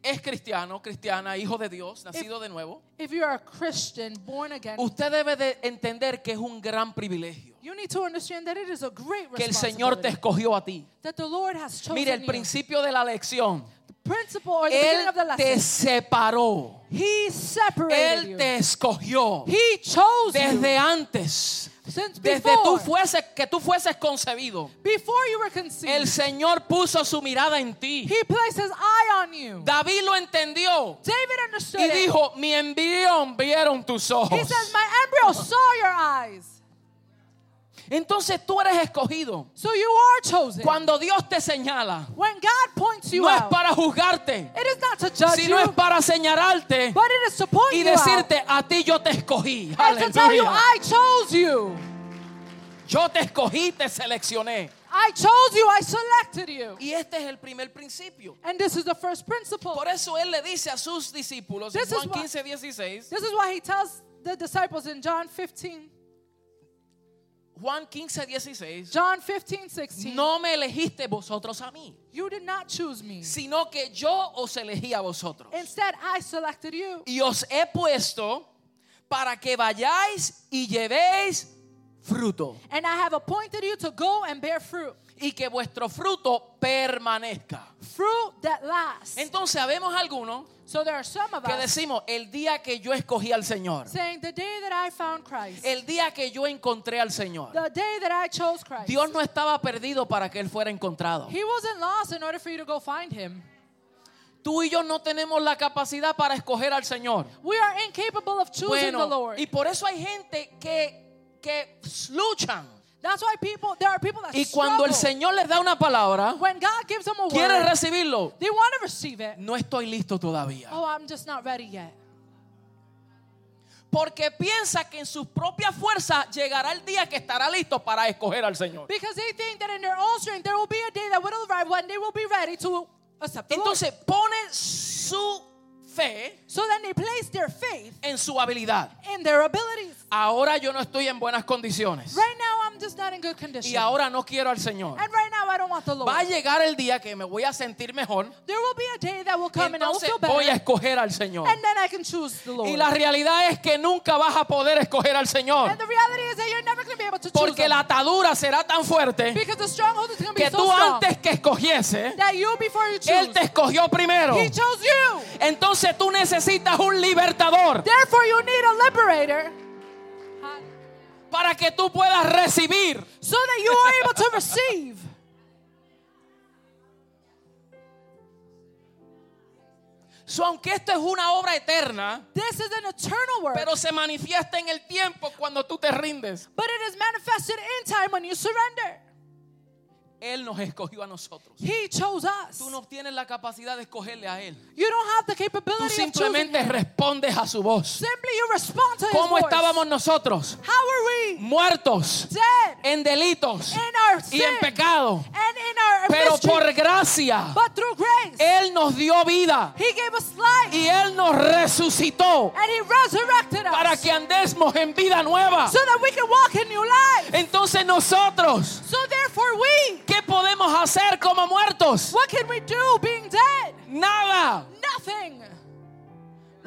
[SPEAKER 1] es cristiano, cristiana, hijo de Dios, nacido de nuevo,
[SPEAKER 2] If you are a Christian, born again,
[SPEAKER 1] usted debe de entender que es un gran privilegio
[SPEAKER 2] you need to understand that it is a great
[SPEAKER 1] que el Señor te
[SPEAKER 2] responsibility
[SPEAKER 1] escogió a ti.
[SPEAKER 2] that the Lord has chosen
[SPEAKER 1] Mire, el
[SPEAKER 2] you.
[SPEAKER 1] principio de la lección.
[SPEAKER 2] The principle or the
[SPEAKER 1] Él
[SPEAKER 2] beginning of the
[SPEAKER 1] te
[SPEAKER 2] lesson.
[SPEAKER 1] separó.
[SPEAKER 2] He separated
[SPEAKER 1] Él
[SPEAKER 2] you.
[SPEAKER 1] te escogió
[SPEAKER 2] He chose
[SPEAKER 1] desde antes.
[SPEAKER 2] you since
[SPEAKER 1] Desde tú
[SPEAKER 2] before,
[SPEAKER 1] fueses, que tú fueses concebido.
[SPEAKER 2] before you were
[SPEAKER 1] El
[SPEAKER 2] conceived.
[SPEAKER 1] Señor puso su mirada en ti.
[SPEAKER 2] He placed his eye on you.
[SPEAKER 1] David lo entendió
[SPEAKER 2] David understood
[SPEAKER 1] y
[SPEAKER 2] it.
[SPEAKER 1] dijo, mi embrión vieron tus
[SPEAKER 2] He
[SPEAKER 1] ojos.
[SPEAKER 2] says, My embryo saw your eyes.
[SPEAKER 1] Entonces tú eres escogido.
[SPEAKER 2] So you are chosen.
[SPEAKER 1] Cuando Dios te señala,
[SPEAKER 2] when God points you
[SPEAKER 1] no es
[SPEAKER 2] out,
[SPEAKER 1] para juzgarte,
[SPEAKER 2] it is not to judge you,
[SPEAKER 1] sino es para señalarte
[SPEAKER 2] but it is to point
[SPEAKER 1] y
[SPEAKER 2] you out
[SPEAKER 1] decirte, a ti yo te escogí.
[SPEAKER 2] and to tell you,
[SPEAKER 1] Aleluya.
[SPEAKER 2] I chose you.
[SPEAKER 1] Yo te escogí, te seleccioné.
[SPEAKER 2] I chose you. I selected you.
[SPEAKER 1] Y este es el primer principio.
[SPEAKER 2] And this is the first principle.
[SPEAKER 1] Por eso él le dice a sus discípulos en
[SPEAKER 2] This is
[SPEAKER 1] Juan
[SPEAKER 2] why-
[SPEAKER 1] 15, 16,
[SPEAKER 2] This is why he tells the disciples in John 15,
[SPEAKER 1] Juan 15, 16,
[SPEAKER 2] John 15, 16,
[SPEAKER 1] no me elegiste vosotros a mí,
[SPEAKER 2] you did not choose me.
[SPEAKER 1] sino que yo os elegí a vosotros.
[SPEAKER 2] Instead, I selected you.
[SPEAKER 1] Y os he puesto para que vayáis y llevéis fruto.
[SPEAKER 2] And I have appointed you to go and bear fruit.
[SPEAKER 1] Y que vuestro fruto permanezca.
[SPEAKER 2] Fruit that lasts.
[SPEAKER 1] Entonces, habemos algunos
[SPEAKER 2] so there are some of
[SPEAKER 1] que
[SPEAKER 2] us
[SPEAKER 1] decimos, el día que yo escogí al Señor,
[SPEAKER 2] saying, The day that I found Christ,
[SPEAKER 1] el día que yo encontré al Señor,
[SPEAKER 2] the day that I chose Christ,
[SPEAKER 1] Dios no estaba perdido para que Él fuera encontrado.
[SPEAKER 2] He wasn't lost in order for you to go find Him.
[SPEAKER 1] Tú y yo no tenemos la capacidad para escoger al Señor.
[SPEAKER 2] We are incapable of choosing the
[SPEAKER 1] Bueno,
[SPEAKER 2] Lord.
[SPEAKER 1] y por eso hay gente que, que luchan.
[SPEAKER 2] That's why people, there are people that
[SPEAKER 1] Y cuando el
[SPEAKER 2] struggle.
[SPEAKER 1] Señor les da una palabra,
[SPEAKER 2] when God gives them a
[SPEAKER 1] quiere
[SPEAKER 2] word,
[SPEAKER 1] recibirlo.
[SPEAKER 2] they want to receive it.
[SPEAKER 1] No estoy listo todavía.
[SPEAKER 2] Oh, I'm just not ready yet.
[SPEAKER 1] Porque piensa que en sus propias fuerzas llegará el día que estará listo para escoger al Señor.
[SPEAKER 2] Because they think that in their own strength there will be a day that will arrive when they will be ready to accept the Lord.
[SPEAKER 1] Entonces pone su fe
[SPEAKER 2] So then they place their faith
[SPEAKER 1] en su habilidad.
[SPEAKER 2] in their abilities.
[SPEAKER 1] Ahora yo no estoy en buenas condiciones.
[SPEAKER 2] Right now I'm just not in
[SPEAKER 1] Y
[SPEAKER 2] good condition.
[SPEAKER 1] ahora no quiero al Señor.
[SPEAKER 2] and right now I don't want the Lord.
[SPEAKER 1] Va a llegar el día que me voy a sentir mejor.
[SPEAKER 2] There will be a day that will come and I will
[SPEAKER 1] Entonces
[SPEAKER 2] feel better.
[SPEAKER 1] voy a escoger al Señor.
[SPEAKER 2] And then I can choose the Lord.
[SPEAKER 1] Y la realidad es que nunca vas a poder escoger al Señor.
[SPEAKER 2] and the reality is that you're never going to be able to choose
[SPEAKER 1] Porque
[SPEAKER 2] him.
[SPEAKER 1] la atadura será tan fuerte
[SPEAKER 2] Because the stronghold is going to be
[SPEAKER 1] que
[SPEAKER 2] so
[SPEAKER 1] tú
[SPEAKER 2] strong
[SPEAKER 1] antes que escogiese,
[SPEAKER 2] that you before you choose,
[SPEAKER 1] Él te escogió primero.
[SPEAKER 2] he chose you.
[SPEAKER 1] Entonces tú necesitas un libertador
[SPEAKER 2] Therefore you need a liberator
[SPEAKER 1] para que tú puedas recibir.
[SPEAKER 2] so that you are able to receive.
[SPEAKER 1] So, aunque esto es una obra eterna,
[SPEAKER 2] This is an eternal work.
[SPEAKER 1] pero se manifiesta en el tiempo cuando tú te rindes.
[SPEAKER 2] But it is manifested in time when you surrender.
[SPEAKER 1] Él nos escogió a nosotros.
[SPEAKER 2] He chose us.
[SPEAKER 1] Tú no tienes la capacidad de escogerle a Él.
[SPEAKER 2] You don't have the
[SPEAKER 1] Tú
[SPEAKER 2] capability of choosing
[SPEAKER 1] simplemente
[SPEAKER 2] him.
[SPEAKER 1] respondes a su voz.
[SPEAKER 2] Simply you respond to his
[SPEAKER 1] ¿Cómo
[SPEAKER 2] voice.
[SPEAKER 1] estábamos nosotros?
[SPEAKER 2] How are we
[SPEAKER 1] Muertos
[SPEAKER 2] dead
[SPEAKER 1] en delitos
[SPEAKER 2] in our
[SPEAKER 1] y
[SPEAKER 2] sin
[SPEAKER 1] en pecado.
[SPEAKER 2] and in our
[SPEAKER 1] Pero
[SPEAKER 2] mystery,
[SPEAKER 1] por gracia,
[SPEAKER 2] but through grace
[SPEAKER 1] Él nos dio vida
[SPEAKER 2] he gave us life
[SPEAKER 1] y Él nos resucitó
[SPEAKER 2] and he resurrected us
[SPEAKER 1] para que andemos en vida nueva.
[SPEAKER 2] so that we can walk in new life.
[SPEAKER 1] Entonces nosotros,
[SPEAKER 2] So therefore we,
[SPEAKER 1] ¿qué podemos hacer como muertos?
[SPEAKER 2] what can we do being dead?
[SPEAKER 1] Nada.
[SPEAKER 2] Nothing.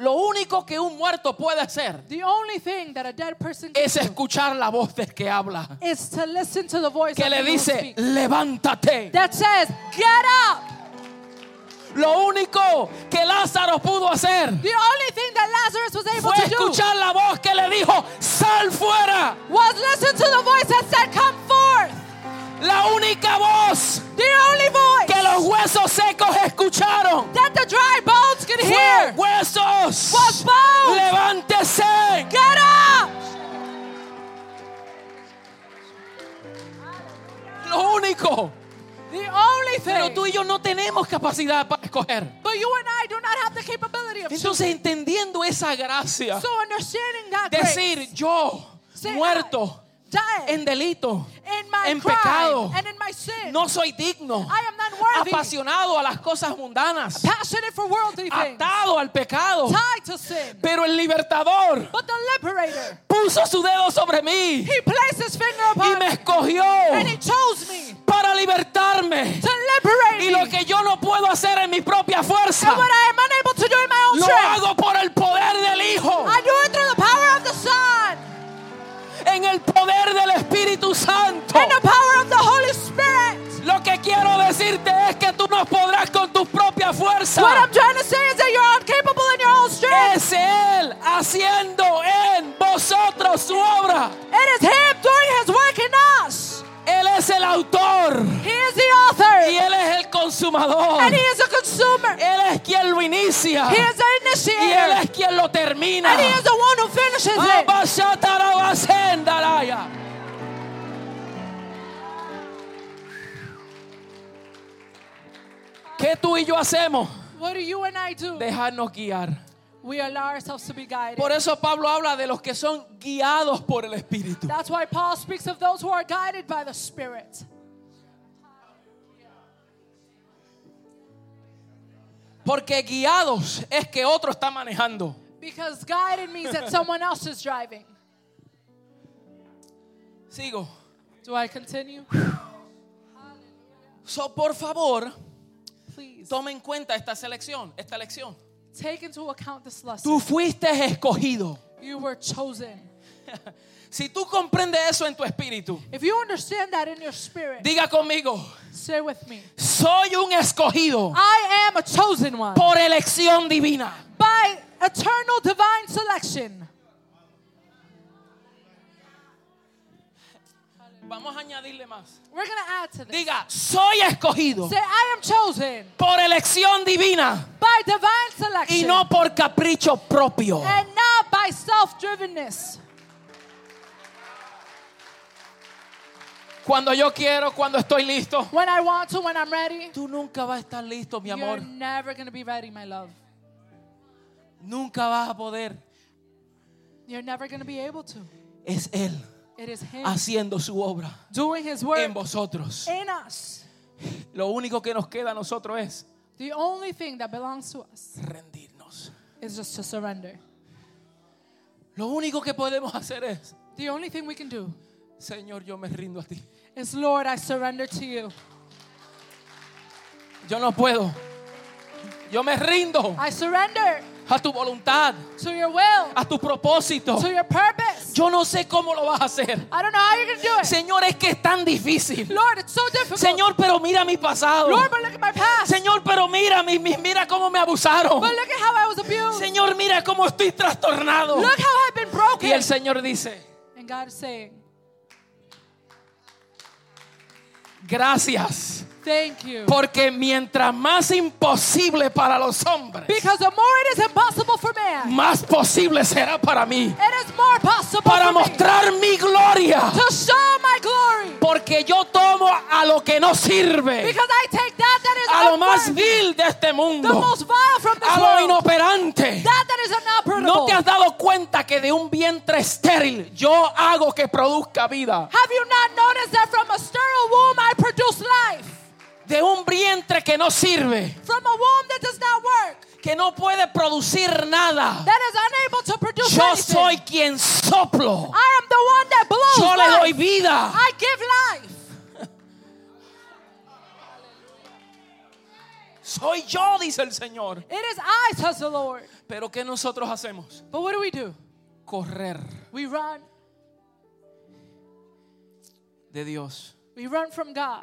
[SPEAKER 1] Lo único que un muerto puede hacer
[SPEAKER 2] The only thing that a dead person can
[SPEAKER 1] es
[SPEAKER 2] do
[SPEAKER 1] escuchar la voz del que habla,
[SPEAKER 2] is to listen to the voice
[SPEAKER 1] que
[SPEAKER 2] of
[SPEAKER 1] le
[SPEAKER 2] the one who
[SPEAKER 1] dice,
[SPEAKER 2] speaks
[SPEAKER 1] levántate.
[SPEAKER 2] that says, get up.
[SPEAKER 1] Lo único que Lázaro pudo hacer
[SPEAKER 2] The only thing that Lazarus was able
[SPEAKER 1] fue
[SPEAKER 2] to do
[SPEAKER 1] escuchar la voz que le dijo, sal fuera.
[SPEAKER 2] was listen to the voice that said, Come forth.
[SPEAKER 1] La única voz
[SPEAKER 2] The only voice
[SPEAKER 1] que los huesos secos escucharon
[SPEAKER 2] that the dry bones could
[SPEAKER 1] fue
[SPEAKER 2] hear was
[SPEAKER 1] huesos.
[SPEAKER 2] bones.
[SPEAKER 1] Levántese.
[SPEAKER 2] Get up.
[SPEAKER 1] Lo único.
[SPEAKER 2] The only
[SPEAKER 1] Pero tú
[SPEAKER 2] thing.
[SPEAKER 1] y yo no tenemos capacidad para escoger.
[SPEAKER 2] But you and I do not have the capability of choosing.
[SPEAKER 1] Entonces entendiendo esa gracia,
[SPEAKER 2] So understanding that grace,
[SPEAKER 1] decir yo,
[SPEAKER 2] Say,
[SPEAKER 1] muerto
[SPEAKER 2] dying
[SPEAKER 1] en delito,
[SPEAKER 2] in my
[SPEAKER 1] en
[SPEAKER 2] crime
[SPEAKER 1] pecado,
[SPEAKER 2] and in my sin,
[SPEAKER 1] no soy digno,
[SPEAKER 2] I am not worthy.
[SPEAKER 1] apasionado a las cosas mundanas,
[SPEAKER 2] passionate for worldly things,
[SPEAKER 1] atado al pecado,
[SPEAKER 2] tied to sin.
[SPEAKER 1] pero el libertador
[SPEAKER 2] But the liberator,
[SPEAKER 1] puso su dedo sobre mí
[SPEAKER 2] he placed his finger
[SPEAKER 1] y
[SPEAKER 2] upon
[SPEAKER 1] me
[SPEAKER 2] me
[SPEAKER 1] escogió
[SPEAKER 2] and he chose me
[SPEAKER 1] para libertarme.
[SPEAKER 2] to liberate
[SPEAKER 1] Y
[SPEAKER 2] me.
[SPEAKER 1] lo que yo no puedo hacer en mi propia fuerza,
[SPEAKER 2] and what I am unable to do in my own
[SPEAKER 1] lo
[SPEAKER 2] strength,
[SPEAKER 1] hago por el poder del Hijo,
[SPEAKER 2] I do it through the power of the Son
[SPEAKER 1] en el poder del Espíritu Santo.
[SPEAKER 2] and the power of the Holy Spirit.
[SPEAKER 1] Lo que quiero decirte es que tú no podrás con tus propias
[SPEAKER 2] What
[SPEAKER 1] fuerzas.
[SPEAKER 2] I'm trying to say is that you're incapable in your own strength.
[SPEAKER 1] Es Él haciendo en vosotros su obra.
[SPEAKER 2] It is Him doing His work in us.
[SPEAKER 1] Él es el autor
[SPEAKER 2] He is the author
[SPEAKER 1] y Él es el consumador.
[SPEAKER 2] and He is a consumer.
[SPEAKER 1] Él es quien lo inicia
[SPEAKER 2] He is the
[SPEAKER 1] y Él
[SPEAKER 2] initiator
[SPEAKER 1] es quien lo termina.
[SPEAKER 2] and He is the one who finishes
[SPEAKER 1] Oh,
[SPEAKER 2] it.
[SPEAKER 1] Abashatarabasendaraya. ¿Qué tú y yo hacemos?
[SPEAKER 2] What do you and I do?
[SPEAKER 1] Dejarnos guiar.
[SPEAKER 2] We allow ourselves to be guided.
[SPEAKER 1] Por eso Pablo habla de los que son guiados por el Espíritu.
[SPEAKER 2] That's why Paul speaks of those who are guided by the Spirit.
[SPEAKER 1] Porque guiados es que otro está manejando.
[SPEAKER 2] Because guided means that someone else is driving.
[SPEAKER 1] Sigo.
[SPEAKER 2] Do I continue?
[SPEAKER 1] So, por favor,
[SPEAKER 2] Please
[SPEAKER 1] tome en cuenta esta selección, esta lección.
[SPEAKER 2] take into account this lesson.
[SPEAKER 1] Tú fuiste escogido.
[SPEAKER 2] You were chosen.
[SPEAKER 1] Si tú comprendes eso en tu espíritu,
[SPEAKER 2] If you understand that in your spirit,
[SPEAKER 1] diga conmigo,
[SPEAKER 2] say with me
[SPEAKER 1] soy un escogido
[SPEAKER 2] I am a chosen one
[SPEAKER 1] por elección divina.
[SPEAKER 2] by eternal divine selection.
[SPEAKER 1] Vamos a añadirle más.
[SPEAKER 2] We're going to add to this.
[SPEAKER 1] Diga, soy escogido
[SPEAKER 2] Say, I am chosen
[SPEAKER 1] por elección divina
[SPEAKER 2] by divine
[SPEAKER 1] y
[SPEAKER 2] selection
[SPEAKER 1] no por capricho propio.
[SPEAKER 2] and not by self drivenness.
[SPEAKER 1] Cuando yo quiero, cuando estoy listo.
[SPEAKER 2] When I want to, when I'm ready,
[SPEAKER 1] Tú nunca vas a estar listo, mi amor.
[SPEAKER 2] you're never going to be ready, my love.
[SPEAKER 1] Nunca vas a poder.
[SPEAKER 2] You're never going to be able to.
[SPEAKER 1] Es Él
[SPEAKER 2] It is Him
[SPEAKER 1] haciendo su obra
[SPEAKER 2] doing His work
[SPEAKER 1] en vosotros.
[SPEAKER 2] in us.
[SPEAKER 1] Lo único que nos queda a nosotros es
[SPEAKER 2] The only thing that belongs to us
[SPEAKER 1] rendirnos.
[SPEAKER 2] is just to surrender.
[SPEAKER 1] Lo único que podemos hacer es,
[SPEAKER 2] The only thing we can do
[SPEAKER 1] Señor, yo me rindo a ti.
[SPEAKER 2] is, Lord, I surrender to you.
[SPEAKER 1] Yo no puedo. Yo me rindo
[SPEAKER 2] I surrender
[SPEAKER 1] a tu voluntad,
[SPEAKER 2] to your will,
[SPEAKER 1] a tu propósito.
[SPEAKER 2] to your purpose.
[SPEAKER 1] Yo no sé cómo lo vas a hacer.
[SPEAKER 2] I don't know how you're going to do it.
[SPEAKER 1] Señor, es que es tan difícil.
[SPEAKER 2] Lord, it's so difficult.
[SPEAKER 1] Señor, pero mira mi pasado.
[SPEAKER 2] Lord, but look at my past.
[SPEAKER 1] Señor, pero mira, mi- mi- mira cómo me abusaron.
[SPEAKER 2] But look at how I was abused.
[SPEAKER 1] Oh. Señor, mira cómo estoy trastornado.
[SPEAKER 2] Look how I've been broken.
[SPEAKER 1] Y el Señor dice,
[SPEAKER 2] And God is saying,
[SPEAKER 1] gracias.
[SPEAKER 2] Thank you.
[SPEAKER 1] Porque mientras más imposible para los hombres,
[SPEAKER 2] Because the more it is impossible for man,
[SPEAKER 1] más posible será para mí.
[SPEAKER 2] it is more possible
[SPEAKER 1] Para
[SPEAKER 2] for me
[SPEAKER 1] mostrar mi gloria.
[SPEAKER 2] to show my glory.
[SPEAKER 1] Porque yo tomo a lo que no sirve.
[SPEAKER 2] Because I take that that is
[SPEAKER 1] a lo más
[SPEAKER 2] unworthy,
[SPEAKER 1] vil de este
[SPEAKER 2] the
[SPEAKER 1] mundo,
[SPEAKER 2] most vile from this
[SPEAKER 1] a lo
[SPEAKER 2] world,
[SPEAKER 1] inoperante.
[SPEAKER 2] that that is inoperable.
[SPEAKER 1] ¿No te has dado cuenta que de un vientre estéril yo hago que produzca vida?
[SPEAKER 2] Have you not noticed that from a sterile womb I produce life?
[SPEAKER 1] De un vientre que no sirve,
[SPEAKER 2] From a womb that does not work,
[SPEAKER 1] que no puede producir nada.
[SPEAKER 2] that is unable to produce
[SPEAKER 1] Yo
[SPEAKER 2] anything.
[SPEAKER 1] soy quien soplo.
[SPEAKER 2] I am the one that blows
[SPEAKER 1] Yo Ah. le
[SPEAKER 2] life.
[SPEAKER 1] doy vida.
[SPEAKER 2] I give life.
[SPEAKER 1] Soy yo, dice el Señor.
[SPEAKER 2] It is I, says the Lord.
[SPEAKER 1] Pero ¿qué nosotros hacemos?
[SPEAKER 2] But what do we do?
[SPEAKER 1] Correr
[SPEAKER 2] We run.
[SPEAKER 1] de Dios.
[SPEAKER 2] We run from God.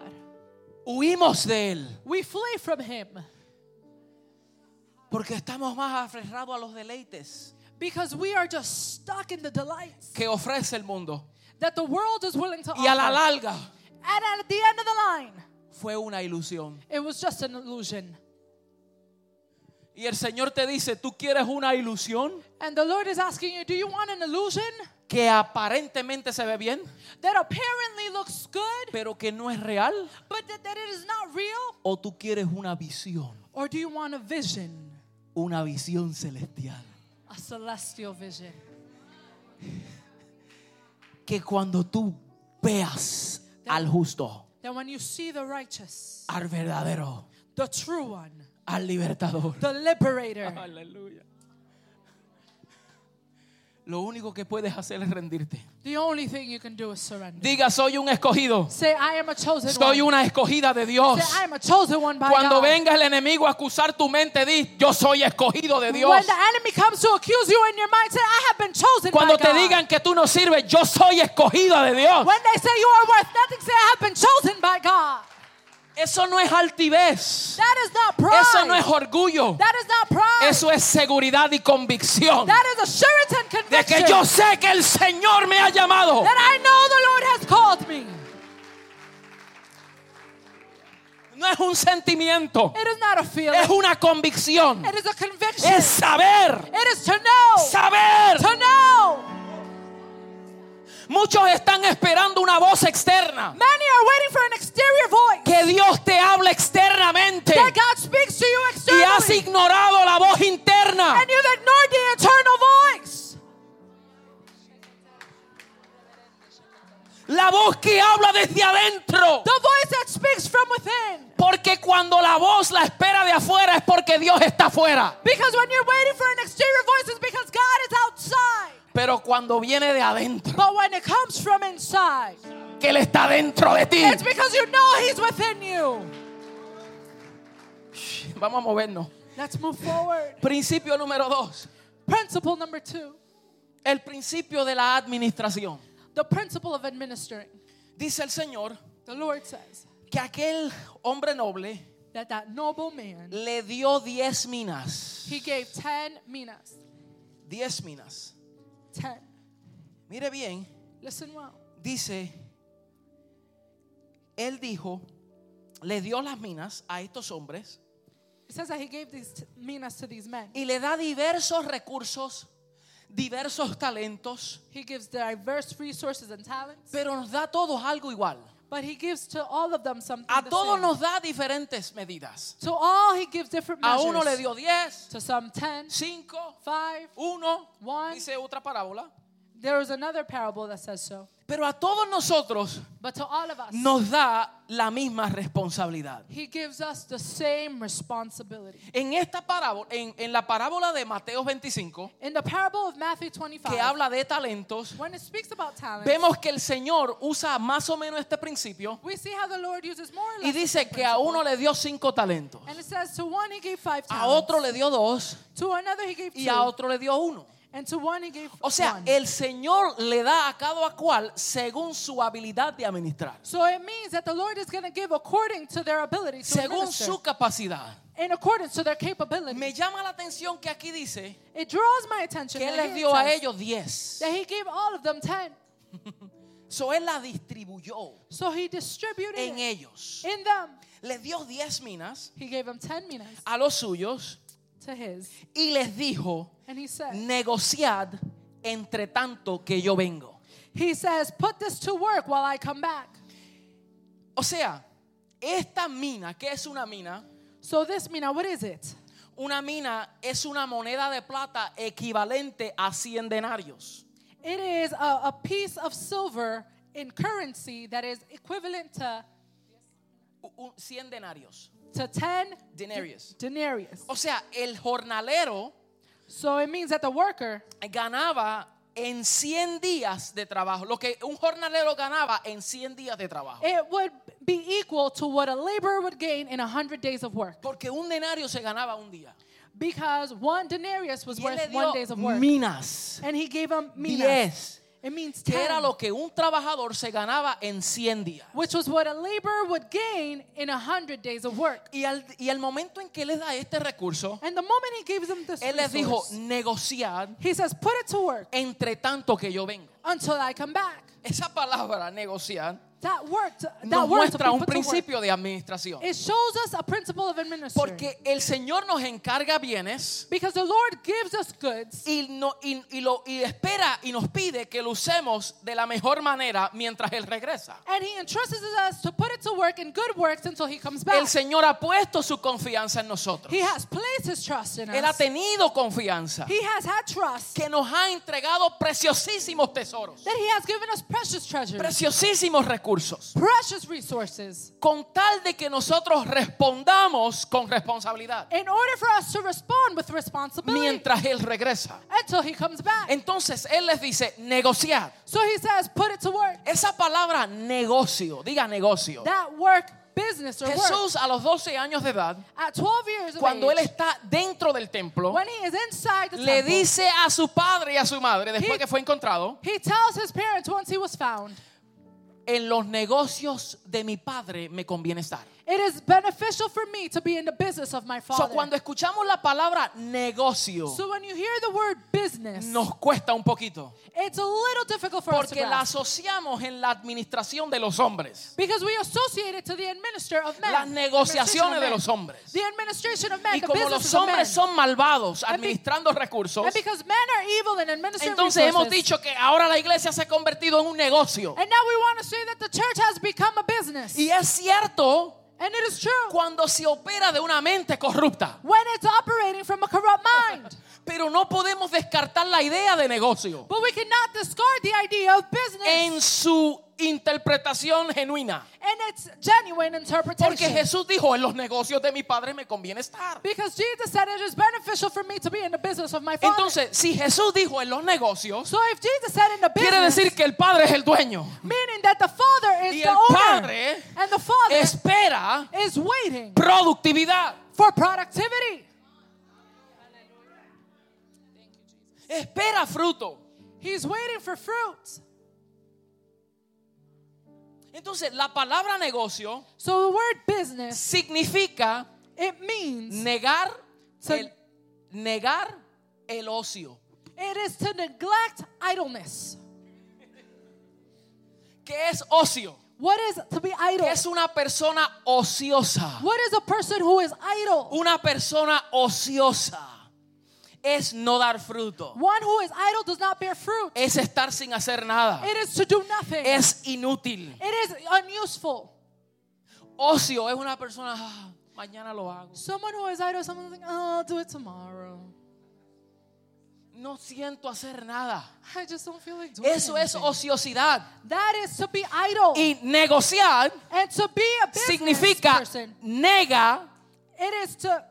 [SPEAKER 1] Huimos de Él.
[SPEAKER 2] We flee from Him.
[SPEAKER 1] Porque estamos más aferrados a los deleites
[SPEAKER 2] Because we are just stuck in the delights
[SPEAKER 1] que ofrece el mundo.
[SPEAKER 2] that the world is willing to
[SPEAKER 1] Y a la
[SPEAKER 2] offer.
[SPEAKER 1] larga
[SPEAKER 2] and at the end of the line,
[SPEAKER 1] fue una ilusión.
[SPEAKER 2] it was just an illusion.
[SPEAKER 1] Y el Señor te dice, ¿tú quieres una ilusión
[SPEAKER 2] And the Lord is asking you, do you want an illusion
[SPEAKER 1] que aparentemente se ve bien,
[SPEAKER 2] that apparently looks good,
[SPEAKER 1] pero que no es real?
[SPEAKER 2] but that, that it is not real?
[SPEAKER 1] ¿O tú quieres una visión,
[SPEAKER 2] Or do you want a vision,
[SPEAKER 1] una visión celestial?
[SPEAKER 2] a celestial vision?
[SPEAKER 1] Que cuando tú veas al justo,
[SPEAKER 2] That when you see the righteous,
[SPEAKER 1] al verdadero,
[SPEAKER 2] the true one,
[SPEAKER 1] al libertador.
[SPEAKER 2] the
[SPEAKER 1] Uh-huh.
[SPEAKER 2] liberator,
[SPEAKER 1] Aleluya. Lo único que puedes hacer es rendirte.
[SPEAKER 2] the only thing you can do is surrender.
[SPEAKER 1] Diga, soy un escogido.
[SPEAKER 2] Say, I am a chosen
[SPEAKER 1] Soy
[SPEAKER 2] one.
[SPEAKER 1] una escogida de Dios.
[SPEAKER 2] Say, I am a chosen one by
[SPEAKER 1] Cuando
[SPEAKER 2] God.
[SPEAKER 1] venga el enemigo a acusar tu mente, di, yo soy escogido de Dios.
[SPEAKER 2] When the enemy comes to accuse you in your mind, say, I have been chosen
[SPEAKER 1] Cuando
[SPEAKER 2] by
[SPEAKER 1] te
[SPEAKER 2] God.
[SPEAKER 1] digan que tú no sirves, yo soy escogida de Dios.
[SPEAKER 2] When they say you are worth nothing, say, I have been chosen by God.
[SPEAKER 1] Eso no es altivez.
[SPEAKER 2] That is not pride.
[SPEAKER 1] Eso no es orgullo.
[SPEAKER 2] that is not pride.
[SPEAKER 1] Eso es seguridad y convicción.
[SPEAKER 2] that is assurance and
[SPEAKER 1] De
[SPEAKER 2] conviction
[SPEAKER 1] que yo sé que el Señor me ha llamado.
[SPEAKER 2] that I know the Lord has called me.
[SPEAKER 1] No es un sentimiento.
[SPEAKER 2] It is not a feeling.
[SPEAKER 1] Es una convicción.
[SPEAKER 2] it is a conviction.
[SPEAKER 1] Es saber.
[SPEAKER 2] it is to know.
[SPEAKER 1] Saber.
[SPEAKER 2] to know.
[SPEAKER 1] Muchos están esperando una voz externa.
[SPEAKER 2] Many are waiting for an exterior voice.
[SPEAKER 1] Que Dios te hable externamente.
[SPEAKER 2] That God speaks to you
[SPEAKER 1] Y has
[SPEAKER 2] externally.
[SPEAKER 1] ignorado la voz interna.
[SPEAKER 2] and you've ignored the internal voice.
[SPEAKER 1] La voz que habla desde adentro.
[SPEAKER 2] The voice that speaks from within.
[SPEAKER 1] Porque cuando la voz la espera de afuera es porque Dios está afuera.
[SPEAKER 2] Because when you're waiting for an exterior voice, it's because God is outside.
[SPEAKER 1] Pero cuando viene de adentro,
[SPEAKER 2] But when it comes from inside,
[SPEAKER 1] que Él está dentro de ti.
[SPEAKER 2] it's because you know He's within you.
[SPEAKER 1] Vamos a movernos.
[SPEAKER 2] Let's move forward.
[SPEAKER 1] Principio número dos.
[SPEAKER 2] Principle number two
[SPEAKER 1] El principio de la administración.
[SPEAKER 2] the principle of administering.
[SPEAKER 1] Dice el Señor
[SPEAKER 2] The Lord says
[SPEAKER 1] que aquel hombre noble
[SPEAKER 2] that that noble man,
[SPEAKER 1] le dio 10 minas.
[SPEAKER 2] he gave 10 minas.
[SPEAKER 1] 10 minas.
[SPEAKER 2] 10.
[SPEAKER 1] Mire bien,
[SPEAKER 2] Listen well.
[SPEAKER 1] dice, él dijo, le dio las minas a estos hombres
[SPEAKER 2] It says that he gave these t- minas to these men.
[SPEAKER 1] y le da diversos recursos, diversos talentos,
[SPEAKER 2] He gives diverse resources and talents,
[SPEAKER 1] pero nos da a todos algo igual.
[SPEAKER 2] but he gives to all of them something.
[SPEAKER 1] A
[SPEAKER 2] the
[SPEAKER 1] todos
[SPEAKER 2] same.
[SPEAKER 1] nos da diferentes medidas.
[SPEAKER 2] To all he gives different
[SPEAKER 1] A
[SPEAKER 2] measures.
[SPEAKER 1] uno le dio 10,
[SPEAKER 2] to some 10,
[SPEAKER 1] 5,
[SPEAKER 2] 5.
[SPEAKER 1] 1,
[SPEAKER 2] One.
[SPEAKER 1] dice otra parábola.
[SPEAKER 2] There is another parable that says so.
[SPEAKER 1] Pero a todos nosotros
[SPEAKER 2] But to all of us,
[SPEAKER 1] nos da la misma responsabilidad.
[SPEAKER 2] he gives us the same responsibility.
[SPEAKER 1] En esta parábola, en, en la parábola de Mateo 25,
[SPEAKER 2] In the parable of Matthew 25,
[SPEAKER 1] que habla de talentos,
[SPEAKER 2] when it speaks about talent,
[SPEAKER 1] vemos que el Señor usa más o menos este principio
[SPEAKER 2] we see how the Lord uses more or
[SPEAKER 1] y
[SPEAKER 2] less
[SPEAKER 1] dice
[SPEAKER 2] the
[SPEAKER 1] que a
[SPEAKER 2] principle.
[SPEAKER 1] uno le dio cinco talentos,
[SPEAKER 2] And it says to one he gave five
[SPEAKER 1] a
[SPEAKER 2] talents,
[SPEAKER 1] otro le dio dos
[SPEAKER 2] to another he gave
[SPEAKER 1] y
[SPEAKER 2] two,
[SPEAKER 1] a otro le dio uno.
[SPEAKER 2] and to one he gave
[SPEAKER 1] O sea,
[SPEAKER 2] one.
[SPEAKER 1] el Señor le da a cada cual según su habilidad de administrar,
[SPEAKER 2] So it means that the Lord is going to give according to their ability, to
[SPEAKER 1] según
[SPEAKER 2] administer,
[SPEAKER 1] su capacidad.
[SPEAKER 2] in accordance to their capability.
[SPEAKER 1] Me llama la atención que aquí dice
[SPEAKER 2] it draws my attention
[SPEAKER 1] que Él
[SPEAKER 2] that
[SPEAKER 1] les
[SPEAKER 2] here it
[SPEAKER 1] dio a
[SPEAKER 2] says
[SPEAKER 1] ellos diez.
[SPEAKER 2] that he gave all of them ten.
[SPEAKER 1] So Él la distribuyó
[SPEAKER 2] So he distributed
[SPEAKER 1] en
[SPEAKER 2] it
[SPEAKER 1] ellos.
[SPEAKER 2] in them.
[SPEAKER 1] Les dio diez minas
[SPEAKER 2] He gave them ten minas
[SPEAKER 1] a los suyos
[SPEAKER 2] to his.
[SPEAKER 1] y les dijo,
[SPEAKER 2] And he said,
[SPEAKER 1] negociad entre tanto que yo vengo.
[SPEAKER 2] he says, put this to work while I come back.
[SPEAKER 1] O sea, esta mina, ¿qué es una mina?
[SPEAKER 2] So this mina, what is it?
[SPEAKER 1] Una mina es una moneda de plata equivalente a 100 denarios.
[SPEAKER 2] It is a, a piece of silver in currency that is equivalent to,
[SPEAKER 1] U- u- 100 denarios.
[SPEAKER 2] to 10
[SPEAKER 1] Denarius.
[SPEAKER 2] denarius.
[SPEAKER 1] O sea, el jornalero
[SPEAKER 2] So it means that the worker
[SPEAKER 1] ganaba en 100 días de trabajo. Lo que un jornalero ganaba en 100 días de trabajo.
[SPEAKER 2] It would be equal to what a laborer would gain in 100 days of work
[SPEAKER 1] Porque un denario se ganaba un día.
[SPEAKER 2] because one denarius was
[SPEAKER 1] Y él le
[SPEAKER 2] worth one day's
[SPEAKER 1] dio
[SPEAKER 2] of work.
[SPEAKER 1] minas.
[SPEAKER 2] And he gave him minas.
[SPEAKER 1] Diez.
[SPEAKER 2] It means
[SPEAKER 1] Que era
[SPEAKER 2] 10,
[SPEAKER 1] lo que un trabajador se ganaba en 100 días.
[SPEAKER 2] which was what a laborer would gain in 100 days of work.
[SPEAKER 1] Y al, y al momento en que les da este recurso,
[SPEAKER 2] And the moment he gives them this
[SPEAKER 1] él les dijo,
[SPEAKER 2] resource,
[SPEAKER 1] negociad
[SPEAKER 2] he says, put it to work
[SPEAKER 1] entre tanto que yo vengo.
[SPEAKER 2] until I come back.
[SPEAKER 1] Esa palabra, negociar,
[SPEAKER 2] That worked.
[SPEAKER 1] nos
[SPEAKER 2] That word to be
[SPEAKER 1] muestra un
[SPEAKER 2] put to work.
[SPEAKER 1] principio de administración.
[SPEAKER 2] It shows us a principle of administering.
[SPEAKER 1] Porque el Señor nos encarga bienes
[SPEAKER 2] Because the Lord gives us goods
[SPEAKER 1] y, no- y- y lo, y espera y nos pide que lo usemos de la mejor manera mientras Él regresa.
[SPEAKER 2] and He entrusts us to put it to work in good works until He comes
[SPEAKER 1] El
[SPEAKER 2] back.
[SPEAKER 1] Señor ha puesto su confianza en nosotros.
[SPEAKER 2] He has placed His trust in
[SPEAKER 1] Él ha
[SPEAKER 2] us.
[SPEAKER 1] tenido confianza
[SPEAKER 2] He has had trust
[SPEAKER 1] que nos ha entregado preciosísimos tesoros,
[SPEAKER 2] that He has given us precious treasures,
[SPEAKER 1] preciosísimos recursos,
[SPEAKER 2] precious resources,
[SPEAKER 1] con tal de que nosotros respondamos con responsabilidad
[SPEAKER 2] in order for us to respond with responsibility
[SPEAKER 1] mientras Él regresa.
[SPEAKER 2] until He comes back.
[SPEAKER 1] Entonces Él les dice, negociar.
[SPEAKER 2] So He says, put it to work.
[SPEAKER 1] Esa palabra negocio, diga negocio.
[SPEAKER 2] That work, business or work.
[SPEAKER 1] Jesús a los 12 años de edad,
[SPEAKER 2] At 12 years of
[SPEAKER 1] cuando Él
[SPEAKER 2] age,
[SPEAKER 1] está dentro del templo,
[SPEAKER 2] when He is inside the
[SPEAKER 1] le
[SPEAKER 2] temple,
[SPEAKER 1] dice a su padre y a su madre, después
[SPEAKER 2] He-
[SPEAKER 1] que fue encontrado,
[SPEAKER 2] He tells His parents once He was found,
[SPEAKER 1] en los negocios de mi padre me conviene estar.
[SPEAKER 2] It is beneficial for me to be in the business of my
[SPEAKER 1] So,
[SPEAKER 2] father.
[SPEAKER 1] cuando escuchamos la palabra negocio,
[SPEAKER 2] So when you hear the word business,
[SPEAKER 1] nos cuesta un poquito.
[SPEAKER 2] it's a little difficult for us to
[SPEAKER 1] Porque la
[SPEAKER 2] grasp
[SPEAKER 1] asociamos en la administración de los hombres,
[SPEAKER 2] because we associate it to the administer of men,
[SPEAKER 1] las
[SPEAKER 2] the administration
[SPEAKER 1] negociaciones
[SPEAKER 2] of
[SPEAKER 1] de
[SPEAKER 2] men,
[SPEAKER 1] los hombres.
[SPEAKER 2] the administration of men,
[SPEAKER 1] Y
[SPEAKER 2] the
[SPEAKER 1] como
[SPEAKER 2] business
[SPEAKER 1] los
[SPEAKER 2] of men.
[SPEAKER 1] hombres son malvados
[SPEAKER 2] be-
[SPEAKER 1] administrando recursos,
[SPEAKER 2] and because men are evil and administer
[SPEAKER 1] entonces hemos
[SPEAKER 2] resources,
[SPEAKER 1] dicho que ahora la iglesia se ha convertido en un negocio.
[SPEAKER 2] and now we want to say that the church has become a business,
[SPEAKER 1] Y es cierto
[SPEAKER 2] and it is true
[SPEAKER 1] cuando se opera de una mente corrupta.
[SPEAKER 2] when it's operating from a corrupt mind.
[SPEAKER 1] Pero no podemos descartar la idea de negocio
[SPEAKER 2] But we cannot discard the idea of business
[SPEAKER 1] en su interpretación genuina.
[SPEAKER 2] and its genuine interpretation.
[SPEAKER 1] Porque Jesús dijo, en los negocios de mi padre me conviene estar.
[SPEAKER 2] Because Jesus said it is beneficial for me to be in the business of my father.
[SPEAKER 1] Entonces, si Jesús dijo en los negocios,
[SPEAKER 2] so if Jesus said in the
[SPEAKER 1] quiere
[SPEAKER 2] business,
[SPEAKER 1] decir que el padre es el dueño.
[SPEAKER 2] meaning that the father
[SPEAKER 1] Y
[SPEAKER 2] is the
[SPEAKER 1] el
[SPEAKER 2] owner
[SPEAKER 1] padre
[SPEAKER 2] and the father
[SPEAKER 1] espera
[SPEAKER 2] is waiting
[SPEAKER 1] productividad.
[SPEAKER 2] for productivity.
[SPEAKER 1] Espera fruto.
[SPEAKER 2] He's waiting for fruit.
[SPEAKER 1] Entonces, la palabra negocio
[SPEAKER 2] So the word business,
[SPEAKER 1] significa
[SPEAKER 2] it means
[SPEAKER 1] negar
[SPEAKER 2] So-
[SPEAKER 1] el, negar el ocio.
[SPEAKER 2] it is to neglect idleness.
[SPEAKER 1] ¿Qué es ocio?
[SPEAKER 2] What is to be idle?
[SPEAKER 1] ¿Qué es una persona ociosa?
[SPEAKER 2] What is a person who is idle?
[SPEAKER 1] Una persona ociosa es no dar fruto.
[SPEAKER 2] One who is idle does not bear fruit.
[SPEAKER 1] Es estar sin hacer nada.
[SPEAKER 2] It is to do nothing.
[SPEAKER 1] Es inútil.
[SPEAKER 2] It is unuseful.
[SPEAKER 1] Ocio es una persona, "Ah, mañana lo hago.
[SPEAKER 2] Someone who is idle, someone's like, oh, I'll do it tomorrow.
[SPEAKER 1] No siento hacer nada.
[SPEAKER 2] I just don't feel like doing
[SPEAKER 1] Eso es
[SPEAKER 2] anything.
[SPEAKER 1] ociosidad.
[SPEAKER 2] That is to be idle.
[SPEAKER 1] Y negociar
[SPEAKER 2] and to Oh. be a business
[SPEAKER 1] significa
[SPEAKER 2] person,
[SPEAKER 1] nega
[SPEAKER 2] it is to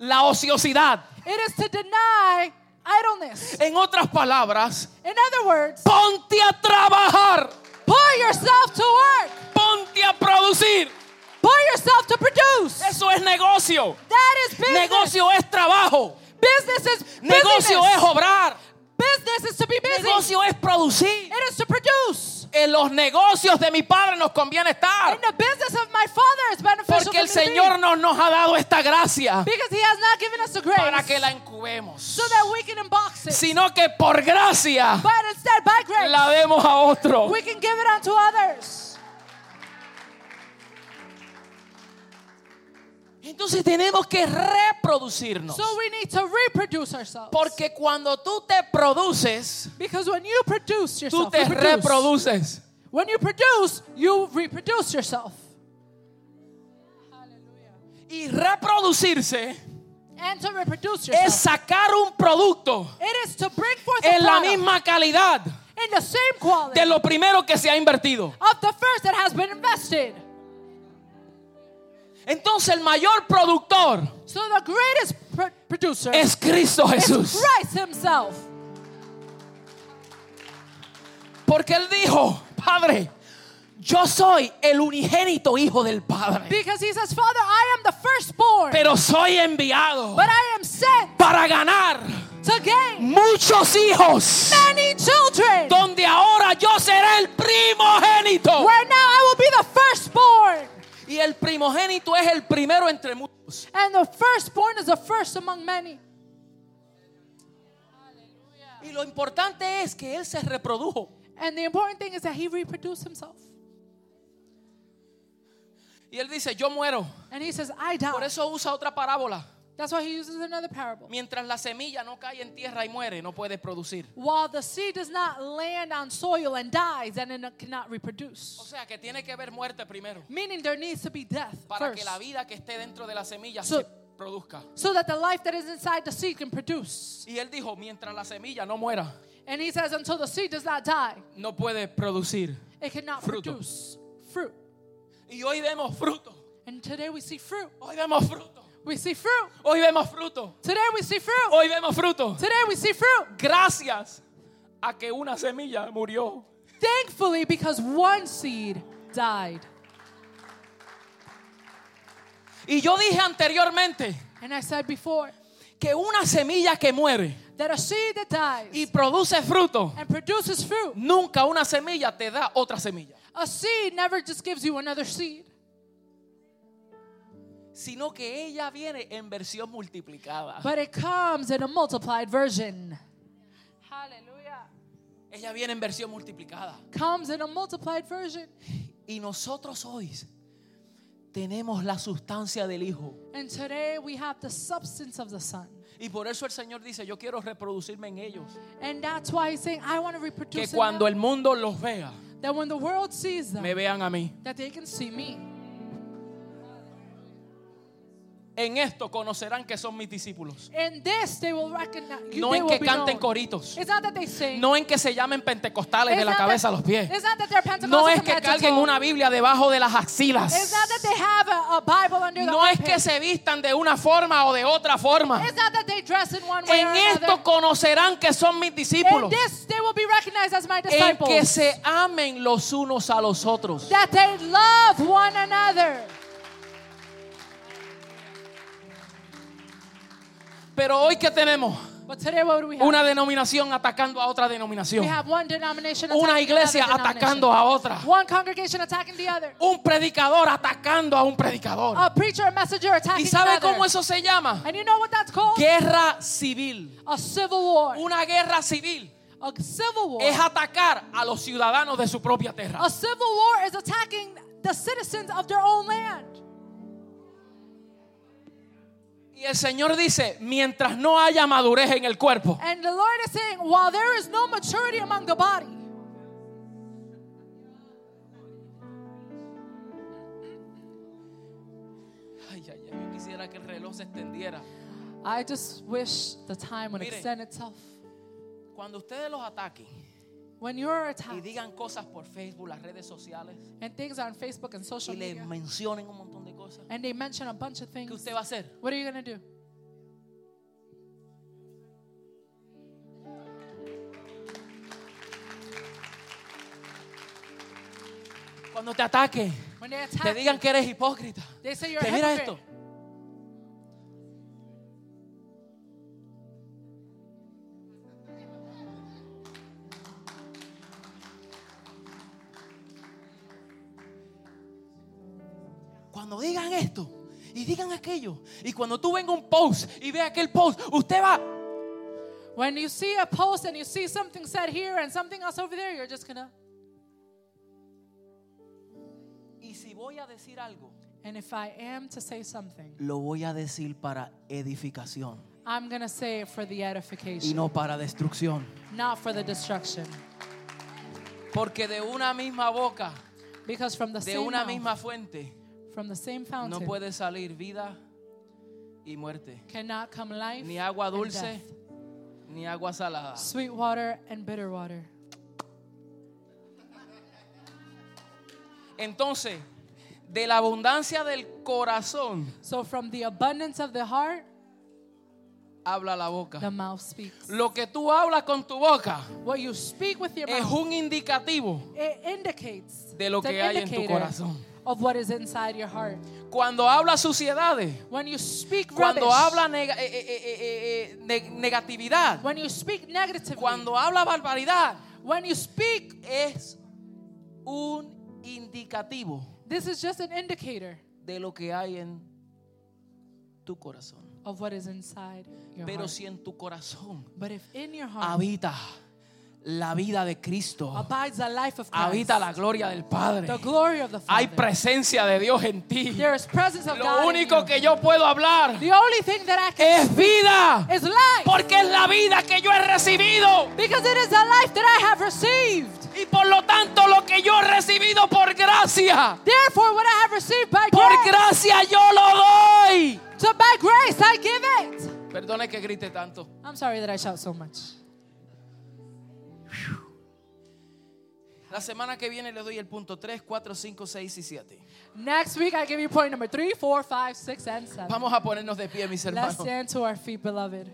[SPEAKER 1] la ociosidad.
[SPEAKER 2] it is to deny idleness.
[SPEAKER 1] En otras palabras,
[SPEAKER 2] In other words,
[SPEAKER 1] ponte a trabajar,
[SPEAKER 2] pour yourself to work.
[SPEAKER 1] ponte a producir.
[SPEAKER 2] Pour yourself to produce.
[SPEAKER 1] Eso es negocio.
[SPEAKER 2] That is business.
[SPEAKER 1] Negocio es trabajo.
[SPEAKER 2] Business is
[SPEAKER 1] Negocio
[SPEAKER 2] busyness.
[SPEAKER 1] es obrar.
[SPEAKER 2] Business is to be busy.
[SPEAKER 1] Negocio es producir.
[SPEAKER 2] It is to produce.
[SPEAKER 1] En los negocios de mi padre nos conviene
[SPEAKER 2] In
[SPEAKER 1] estar.
[SPEAKER 2] the business of my father is beneficial
[SPEAKER 1] Porque el
[SPEAKER 2] for me to be.
[SPEAKER 1] Señor no nos ha dado esta gracia
[SPEAKER 2] Because he has not given us the grace
[SPEAKER 1] para que la encubemos.
[SPEAKER 2] so that we can unbox it.
[SPEAKER 1] Sino que por gracia
[SPEAKER 2] but instead, by grace,
[SPEAKER 1] la demos a otro.
[SPEAKER 2] we can give it unto others.
[SPEAKER 1] Entonces tenemos que reproducirnos.
[SPEAKER 2] So we need to reproduce ourselves.
[SPEAKER 1] Porque cuando tú te produces,
[SPEAKER 2] because when you produce
[SPEAKER 1] tú
[SPEAKER 2] yourself,
[SPEAKER 1] te
[SPEAKER 2] you produce.
[SPEAKER 1] reproduces.
[SPEAKER 2] when you produce, you reproduce yourself.
[SPEAKER 1] Y reproducirse
[SPEAKER 2] And to reproduce yourself,
[SPEAKER 1] es sacar un producto
[SPEAKER 2] it is to bring forth a
[SPEAKER 1] en la
[SPEAKER 2] product
[SPEAKER 1] misma calidad
[SPEAKER 2] in the same quality
[SPEAKER 1] de lo primero que se ha invertido.
[SPEAKER 2] of the first that has been invested.
[SPEAKER 1] Entonces el mayor productor
[SPEAKER 2] So the greatest pr- producer
[SPEAKER 1] es Cristo
[SPEAKER 2] is
[SPEAKER 1] Jesús.
[SPEAKER 2] Christ himself.
[SPEAKER 1] Porque Él dijo, Padre, yo soy el unigénito Hijo del Padre,
[SPEAKER 2] Because he says, Father, I am the firstborn,
[SPEAKER 1] pero soy enviado
[SPEAKER 2] but I am sent
[SPEAKER 1] para ganar
[SPEAKER 2] to gain
[SPEAKER 1] muchos hijos,
[SPEAKER 2] many children.
[SPEAKER 1] donde ahora yo seré el primogénito.
[SPEAKER 2] Where now I will be the firstborn.
[SPEAKER 1] Y el primogénito es el primero entre muchos.
[SPEAKER 2] And the firstborn is the first among many.
[SPEAKER 1] Y lo importante es que Él se reprodujo.
[SPEAKER 2] And the important thing is that he reproduced himself.
[SPEAKER 1] Y él dice, yo muero.
[SPEAKER 2] And he says, I
[SPEAKER 1] Por
[SPEAKER 2] die.
[SPEAKER 1] eso usa otra parábola.
[SPEAKER 2] That's why he uses another parable.
[SPEAKER 1] Mientras la semilla no cae en tierra y muere, no puedes producir.
[SPEAKER 2] While the seed does not land on soil and dies, then it cannot
[SPEAKER 1] O
[SPEAKER 2] reproduce.
[SPEAKER 1] sea que tiene que haber muerte primero
[SPEAKER 2] Meaning there needs to be death
[SPEAKER 1] para que
[SPEAKER 2] first.
[SPEAKER 1] la vida que esté dentro de la semilla
[SPEAKER 2] So-
[SPEAKER 1] se produzca.
[SPEAKER 2] So that the life that is inside the seed can produce.
[SPEAKER 1] Y él dijo, mientras la semilla no muera,
[SPEAKER 2] And he says, until the seed does not die,
[SPEAKER 1] no puede producir.
[SPEAKER 2] it cannot
[SPEAKER 1] Fruto.
[SPEAKER 2] produce fruit.
[SPEAKER 1] Y hoy vemos fruto.
[SPEAKER 2] And today we see fruit.
[SPEAKER 1] Hoy vemos fruto.
[SPEAKER 2] We see fruit.
[SPEAKER 1] Hoy vemos fruto.
[SPEAKER 2] Today we see fruit.
[SPEAKER 1] Hoy vemos fruto.
[SPEAKER 2] Today we see fruit.
[SPEAKER 1] Gracias a que una semilla murió.
[SPEAKER 2] Thankfully, because one seed died.
[SPEAKER 1] Y yo dije anteriormente
[SPEAKER 2] And I said before
[SPEAKER 1] que una semilla que muere
[SPEAKER 2] that a seed that
[SPEAKER 1] y
[SPEAKER 2] dies
[SPEAKER 1] produce fruto,
[SPEAKER 2] and produces fruit,
[SPEAKER 1] nunca una semilla te da otra semilla,
[SPEAKER 2] a seed never just gives you another seed,
[SPEAKER 1] sino que ella viene en versión multiplicada.
[SPEAKER 2] but it comes in a multiplied version. Hallelujah.
[SPEAKER 1] Ella viene en versión multiplicada.
[SPEAKER 2] Comes in a multiplied version.
[SPEAKER 1] Y nosotros hoy tenemos la sustancia del Hijo.
[SPEAKER 2] And today we have the substance of the Son.
[SPEAKER 1] Y por eso el Señor dice, yo quiero reproducirme en ellos.
[SPEAKER 2] And that's why he's saying, I want to
[SPEAKER 1] Que
[SPEAKER 2] reproduce in
[SPEAKER 1] cuando el
[SPEAKER 2] them,
[SPEAKER 1] mundo los vea,
[SPEAKER 2] that when the world sees them,
[SPEAKER 1] me vean a mí.
[SPEAKER 2] that they can see me.
[SPEAKER 1] En esto conocerán que son mis discípulos.
[SPEAKER 2] In this, they will recognize you.
[SPEAKER 1] No
[SPEAKER 2] they
[SPEAKER 1] en
[SPEAKER 2] will
[SPEAKER 1] que
[SPEAKER 2] be
[SPEAKER 1] canten
[SPEAKER 2] known.
[SPEAKER 1] coritos.
[SPEAKER 2] It's not that they sing.
[SPEAKER 1] No en que se llamen pentecostales
[SPEAKER 2] It's
[SPEAKER 1] de la
[SPEAKER 2] not
[SPEAKER 1] cabeza a
[SPEAKER 2] that-
[SPEAKER 1] los pies.
[SPEAKER 2] it's not that they're Pentecostal
[SPEAKER 1] No es
[SPEAKER 2] from
[SPEAKER 1] que
[SPEAKER 2] head to
[SPEAKER 1] carguen
[SPEAKER 2] toe.
[SPEAKER 1] una Biblia debajo de las
[SPEAKER 2] It's
[SPEAKER 1] axilas.
[SPEAKER 2] not that they have a, a Bible under the
[SPEAKER 1] No es que
[SPEAKER 2] armpit.
[SPEAKER 1] se vistan de una forma o de otra forma.
[SPEAKER 2] It's not that they dress in one way
[SPEAKER 1] En
[SPEAKER 2] or
[SPEAKER 1] esto
[SPEAKER 2] another.
[SPEAKER 1] conocerán que son mis
[SPEAKER 2] In
[SPEAKER 1] discípulos.
[SPEAKER 2] this, they will be recognized as my
[SPEAKER 1] En
[SPEAKER 2] disciples.
[SPEAKER 1] que se amen los unos a los otros.
[SPEAKER 2] That they love one another.
[SPEAKER 1] Pero hoy que tenemos
[SPEAKER 2] But today, what do we have?
[SPEAKER 1] una denominación atacando a otra
[SPEAKER 2] we
[SPEAKER 1] denominación.
[SPEAKER 2] have one denomination
[SPEAKER 1] Una
[SPEAKER 2] attacking another
[SPEAKER 1] iglesia
[SPEAKER 2] denomination.
[SPEAKER 1] atacando a otra.
[SPEAKER 2] One congregation attacking the other.
[SPEAKER 1] Un predicador atacando a un predicador.
[SPEAKER 2] A preacher, a messenger attacking
[SPEAKER 1] ¿Y sabe
[SPEAKER 2] another.
[SPEAKER 1] cómo eso se llama?
[SPEAKER 2] And you know what that's called?
[SPEAKER 1] Guerra civil.
[SPEAKER 2] A civil war.
[SPEAKER 1] Una guerra civil
[SPEAKER 2] A civil war.
[SPEAKER 1] es atacar a los ciudadanos de su propia tierra.
[SPEAKER 2] A civil war is attacking the citizens of their own land.
[SPEAKER 1] Y el Señor dice, mientras no haya madurez en el cuerpo,
[SPEAKER 2] And the Lord is saying, while there is no maturity among the body,
[SPEAKER 1] Ay, ay, ay, yo quisiera que el reloj se extendiera.
[SPEAKER 2] I just wish the time would
[SPEAKER 1] Mire.
[SPEAKER 2] extend itself.
[SPEAKER 1] Cuando ustedes los ataquen
[SPEAKER 2] When you're
[SPEAKER 1] y
[SPEAKER 2] attacked
[SPEAKER 1] digan cosas por Facebook, las redes sociales,
[SPEAKER 2] and things are on Facebook and social
[SPEAKER 1] y les
[SPEAKER 2] media,
[SPEAKER 1] mencionen un montón de cosas,
[SPEAKER 2] and they mention a bunch of
[SPEAKER 1] ¿qué
[SPEAKER 2] things,
[SPEAKER 1] usted va a hacer?
[SPEAKER 2] what are you going to do?
[SPEAKER 1] Cuando te ataquen,
[SPEAKER 2] When they
[SPEAKER 1] te
[SPEAKER 2] attack,
[SPEAKER 1] digan
[SPEAKER 2] you,
[SPEAKER 1] que eres hipócrita.
[SPEAKER 2] they say you're a
[SPEAKER 1] Que mira
[SPEAKER 2] hypocrite.
[SPEAKER 1] esto. Cuando digan esto y digan aquello, y cuando tú venga un post y ve aquel post, usted va.
[SPEAKER 2] When you see a post and you see something said here and something else over there, you're just going to,
[SPEAKER 1] Y si voy a decir algo,
[SPEAKER 2] and if I am to say something,
[SPEAKER 1] lo voy a decir para edificación
[SPEAKER 2] I'm going to say it for the
[SPEAKER 1] y
[SPEAKER 2] edification,
[SPEAKER 1] no para destrucción.
[SPEAKER 2] not for the destruction.
[SPEAKER 1] Porque de una misma boca,
[SPEAKER 2] Because from the
[SPEAKER 1] de
[SPEAKER 2] same
[SPEAKER 1] una
[SPEAKER 2] mouth,
[SPEAKER 1] misma fuente,
[SPEAKER 2] from the same
[SPEAKER 1] no
[SPEAKER 2] fountain
[SPEAKER 1] puede salir vida y muerte,
[SPEAKER 2] cannot come life
[SPEAKER 1] ni agua
[SPEAKER 2] and
[SPEAKER 1] dulce
[SPEAKER 2] death,
[SPEAKER 1] ni agua salada.
[SPEAKER 2] sweet water and bitter water.
[SPEAKER 1] Entonces, de la abundancia del corazón
[SPEAKER 2] So from the abundance of the heart,
[SPEAKER 1] habla la boca.
[SPEAKER 2] the mouth speaks.
[SPEAKER 1] Lo que tú hablas con tu boca
[SPEAKER 2] What you speak with your
[SPEAKER 1] es
[SPEAKER 2] mouth,
[SPEAKER 1] un indicativo
[SPEAKER 2] it indicates
[SPEAKER 1] de lo
[SPEAKER 2] it's an
[SPEAKER 1] que hay en tu
[SPEAKER 2] indicator
[SPEAKER 1] corazón.
[SPEAKER 2] of what is inside your heart.
[SPEAKER 1] Cuando habla suciedades,
[SPEAKER 2] When you speak
[SPEAKER 1] cuando
[SPEAKER 2] rubbish,
[SPEAKER 1] habla nega- eh, eh, eh, eh, eh, neg- negatividad,
[SPEAKER 2] when you speak negatively,
[SPEAKER 1] cuando habla barbaridad,
[SPEAKER 2] when you speak,
[SPEAKER 1] es un indicativo
[SPEAKER 2] this is just an indicator
[SPEAKER 1] de lo que hay en tu corazón.
[SPEAKER 2] of what is inside your
[SPEAKER 1] Pero
[SPEAKER 2] heart.
[SPEAKER 1] si en tu corazón
[SPEAKER 2] but if in your heart
[SPEAKER 1] habita la vida de Cristo.
[SPEAKER 2] abides the life of Christ,
[SPEAKER 1] Habita la gloria del Padre.
[SPEAKER 2] the glory of the
[SPEAKER 1] Hay
[SPEAKER 2] Father.
[SPEAKER 1] presencia de Dios en ti.
[SPEAKER 2] there is presence of
[SPEAKER 1] Lo
[SPEAKER 2] God. in
[SPEAKER 1] único
[SPEAKER 2] you.
[SPEAKER 1] que yo puedo hablar
[SPEAKER 2] the only thing that I can
[SPEAKER 1] es vida.
[SPEAKER 2] is life,
[SPEAKER 1] Porque es la vida que yo he recibido.
[SPEAKER 2] because it is the life that I have received.
[SPEAKER 1] Y por lo tanto lo que yo he recibido por gracia.
[SPEAKER 2] Therefore, what I have received by
[SPEAKER 1] Por
[SPEAKER 2] grace,
[SPEAKER 1] gracia yo lo doy.
[SPEAKER 2] so by grace I give it.
[SPEAKER 1] Perdone que grite tanto.
[SPEAKER 2] I'm sorry that I shout so much.
[SPEAKER 1] La semana que viene les doy el punto 3, 4, 5, 6 y 7.
[SPEAKER 2] Next week, I give you point number three, four, five, six, and seven.
[SPEAKER 1] Vamos a ponernos de pie, mis
[SPEAKER 2] Let's
[SPEAKER 1] hermanos.
[SPEAKER 2] stand to our feet, beloved.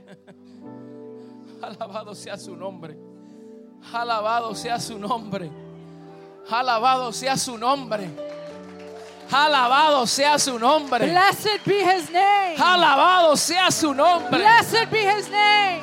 [SPEAKER 1] Alabado sea su nombre. Alabado sea su nombre. Alabado sea su nombre. Alabado sea su nombre.
[SPEAKER 2] Blessed be his name.
[SPEAKER 1] Alabado sea su nombre.
[SPEAKER 2] Blessed be his name.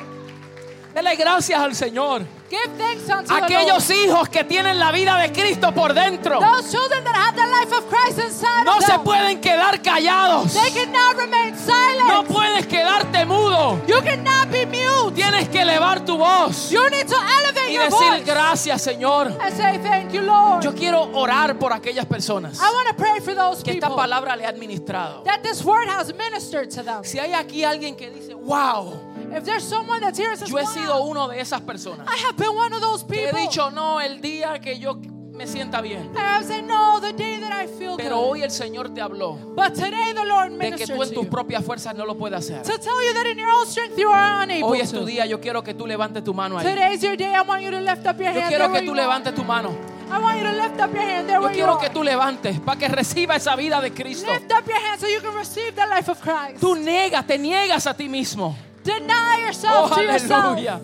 [SPEAKER 1] Dele gracias al Señor.
[SPEAKER 2] Give thanks unto
[SPEAKER 1] Aquellos
[SPEAKER 2] the
[SPEAKER 1] hijos que tienen la vida de Cristo por dentro
[SPEAKER 2] Lord. Those children that have the life of Christ inside
[SPEAKER 1] no
[SPEAKER 2] of
[SPEAKER 1] se
[SPEAKER 2] them,
[SPEAKER 1] pueden quedar callados.
[SPEAKER 2] they cannot remain
[SPEAKER 1] No
[SPEAKER 2] silent.
[SPEAKER 1] puedes quedarte mudo.
[SPEAKER 2] you cannot be mute.
[SPEAKER 1] Tienes que elevar tu voz
[SPEAKER 2] You need to elevate
[SPEAKER 1] y
[SPEAKER 2] your
[SPEAKER 1] decir
[SPEAKER 2] voice
[SPEAKER 1] gracias, Señor.
[SPEAKER 2] and say thank you, Lord.
[SPEAKER 1] Yo quiero orar por aquellas personas
[SPEAKER 2] I want to pray for those
[SPEAKER 1] que esta
[SPEAKER 2] people
[SPEAKER 1] palabra le ha administrado.
[SPEAKER 2] that this word has ministered to them.
[SPEAKER 1] Si hay aquí alguien que dice, wow,
[SPEAKER 2] If there's someone that's here and says,
[SPEAKER 1] yo he
[SPEAKER 2] Pues "Wow,
[SPEAKER 1] sido uno de esas personas.
[SPEAKER 2] I have been one of those
[SPEAKER 1] Que he
[SPEAKER 2] people.
[SPEAKER 1] dicho, no, el día que yo me sienta bien.
[SPEAKER 2] And I say, no, the day that I feel
[SPEAKER 1] Pero
[SPEAKER 2] good.
[SPEAKER 1] hoy el Señor te habló
[SPEAKER 2] But today the Lord
[SPEAKER 1] de que
[SPEAKER 2] ministered
[SPEAKER 1] tú en
[SPEAKER 2] to
[SPEAKER 1] tus
[SPEAKER 2] you
[SPEAKER 1] propias fuerzas no lo puedes hacer.
[SPEAKER 2] to tell you that in your own strength you are unable
[SPEAKER 1] Hoy es tu
[SPEAKER 2] to.
[SPEAKER 1] día, yo quiero que tú levantes tu mano ahí.
[SPEAKER 2] Today's your day. I want you to lift up your
[SPEAKER 1] Yo
[SPEAKER 2] hand.
[SPEAKER 1] quiero
[SPEAKER 2] there
[SPEAKER 1] que
[SPEAKER 2] where
[SPEAKER 1] tú
[SPEAKER 2] you are.
[SPEAKER 1] levantes tu mano.
[SPEAKER 2] I want you to lift up your hand there
[SPEAKER 1] Yo
[SPEAKER 2] where you
[SPEAKER 1] quiero
[SPEAKER 2] are.
[SPEAKER 1] que tú levantes para que reciba esa vida de Cristo.
[SPEAKER 2] Lift up your hand so you can receive the life of Christ.
[SPEAKER 1] Tú niegas, te niegas a ti mismo.
[SPEAKER 2] Deny yourself
[SPEAKER 1] Oh,
[SPEAKER 2] to yourself.
[SPEAKER 1] aleluya.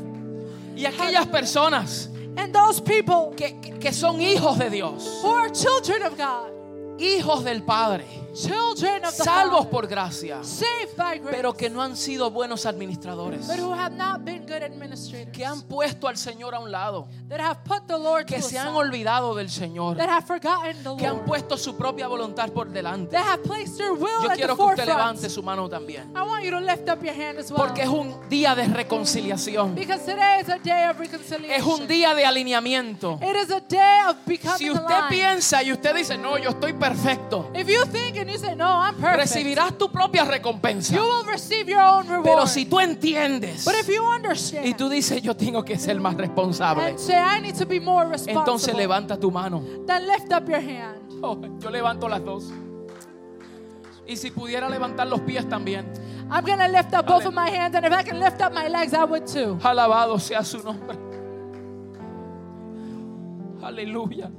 [SPEAKER 1] Y aquellas personas
[SPEAKER 2] And those people
[SPEAKER 1] que, que- que son hijos de Dios,
[SPEAKER 2] who are children of God,
[SPEAKER 1] hijos del Padre,
[SPEAKER 2] children of the
[SPEAKER 1] salvos
[SPEAKER 2] Father,
[SPEAKER 1] por gracia,
[SPEAKER 2] saved by grace,
[SPEAKER 1] pero que no han sido buenos administradores,
[SPEAKER 2] but who have not been good administrators,
[SPEAKER 1] que han puesto al Señor a un lado,
[SPEAKER 2] that have put the Lord
[SPEAKER 1] que
[SPEAKER 2] to
[SPEAKER 1] se
[SPEAKER 2] a
[SPEAKER 1] han
[SPEAKER 2] side.
[SPEAKER 1] olvidado del Señor,
[SPEAKER 2] that have forgotten the
[SPEAKER 1] que han
[SPEAKER 2] Lord,
[SPEAKER 1] puesto su propia voluntad por delante.
[SPEAKER 2] that have placed their will
[SPEAKER 1] Yo
[SPEAKER 2] at the
[SPEAKER 1] quiero que usted levante
[SPEAKER 2] forefront.
[SPEAKER 1] su mano también.
[SPEAKER 2] I want you to lift up your hand as well.
[SPEAKER 1] Porque es un día de reconciliación.
[SPEAKER 2] because today is a day of reconciliation.
[SPEAKER 1] Es un día de alineamiento.
[SPEAKER 2] It is a day of becoming
[SPEAKER 1] Si usted
[SPEAKER 2] aligned.
[SPEAKER 1] piensa y usted dice, no, yo estoy perfecto,
[SPEAKER 2] if you think and you say, no, I'm perfect,
[SPEAKER 1] recibirás tu propia recompensa.
[SPEAKER 2] you will receive your own reward.
[SPEAKER 1] Pero si tú entiendes
[SPEAKER 2] but if you understand
[SPEAKER 1] y tú dices, yo tengo que ser más responsable,
[SPEAKER 2] and say, I need to be more
[SPEAKER 1] entonces
[SPEAKER 2] responsible,
[SPEAKER 1] levanta tu mano.
[SPEAKER 2] then lift up your hand.
[SPEAKER 1] Oh, yo levanto las dos. Y si pudiera levantar los pies también.
[SPEAKER 2] I'm going to lift up both of my hands, and if I can lift up my legs, I would too.
[SPEAKER 1] Alabado sea su nombre. Aleluya.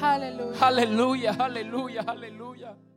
[SPEAKER 2] Hallelujah.
[SPEAKER 1] Aleluya, aleluya, aleluya.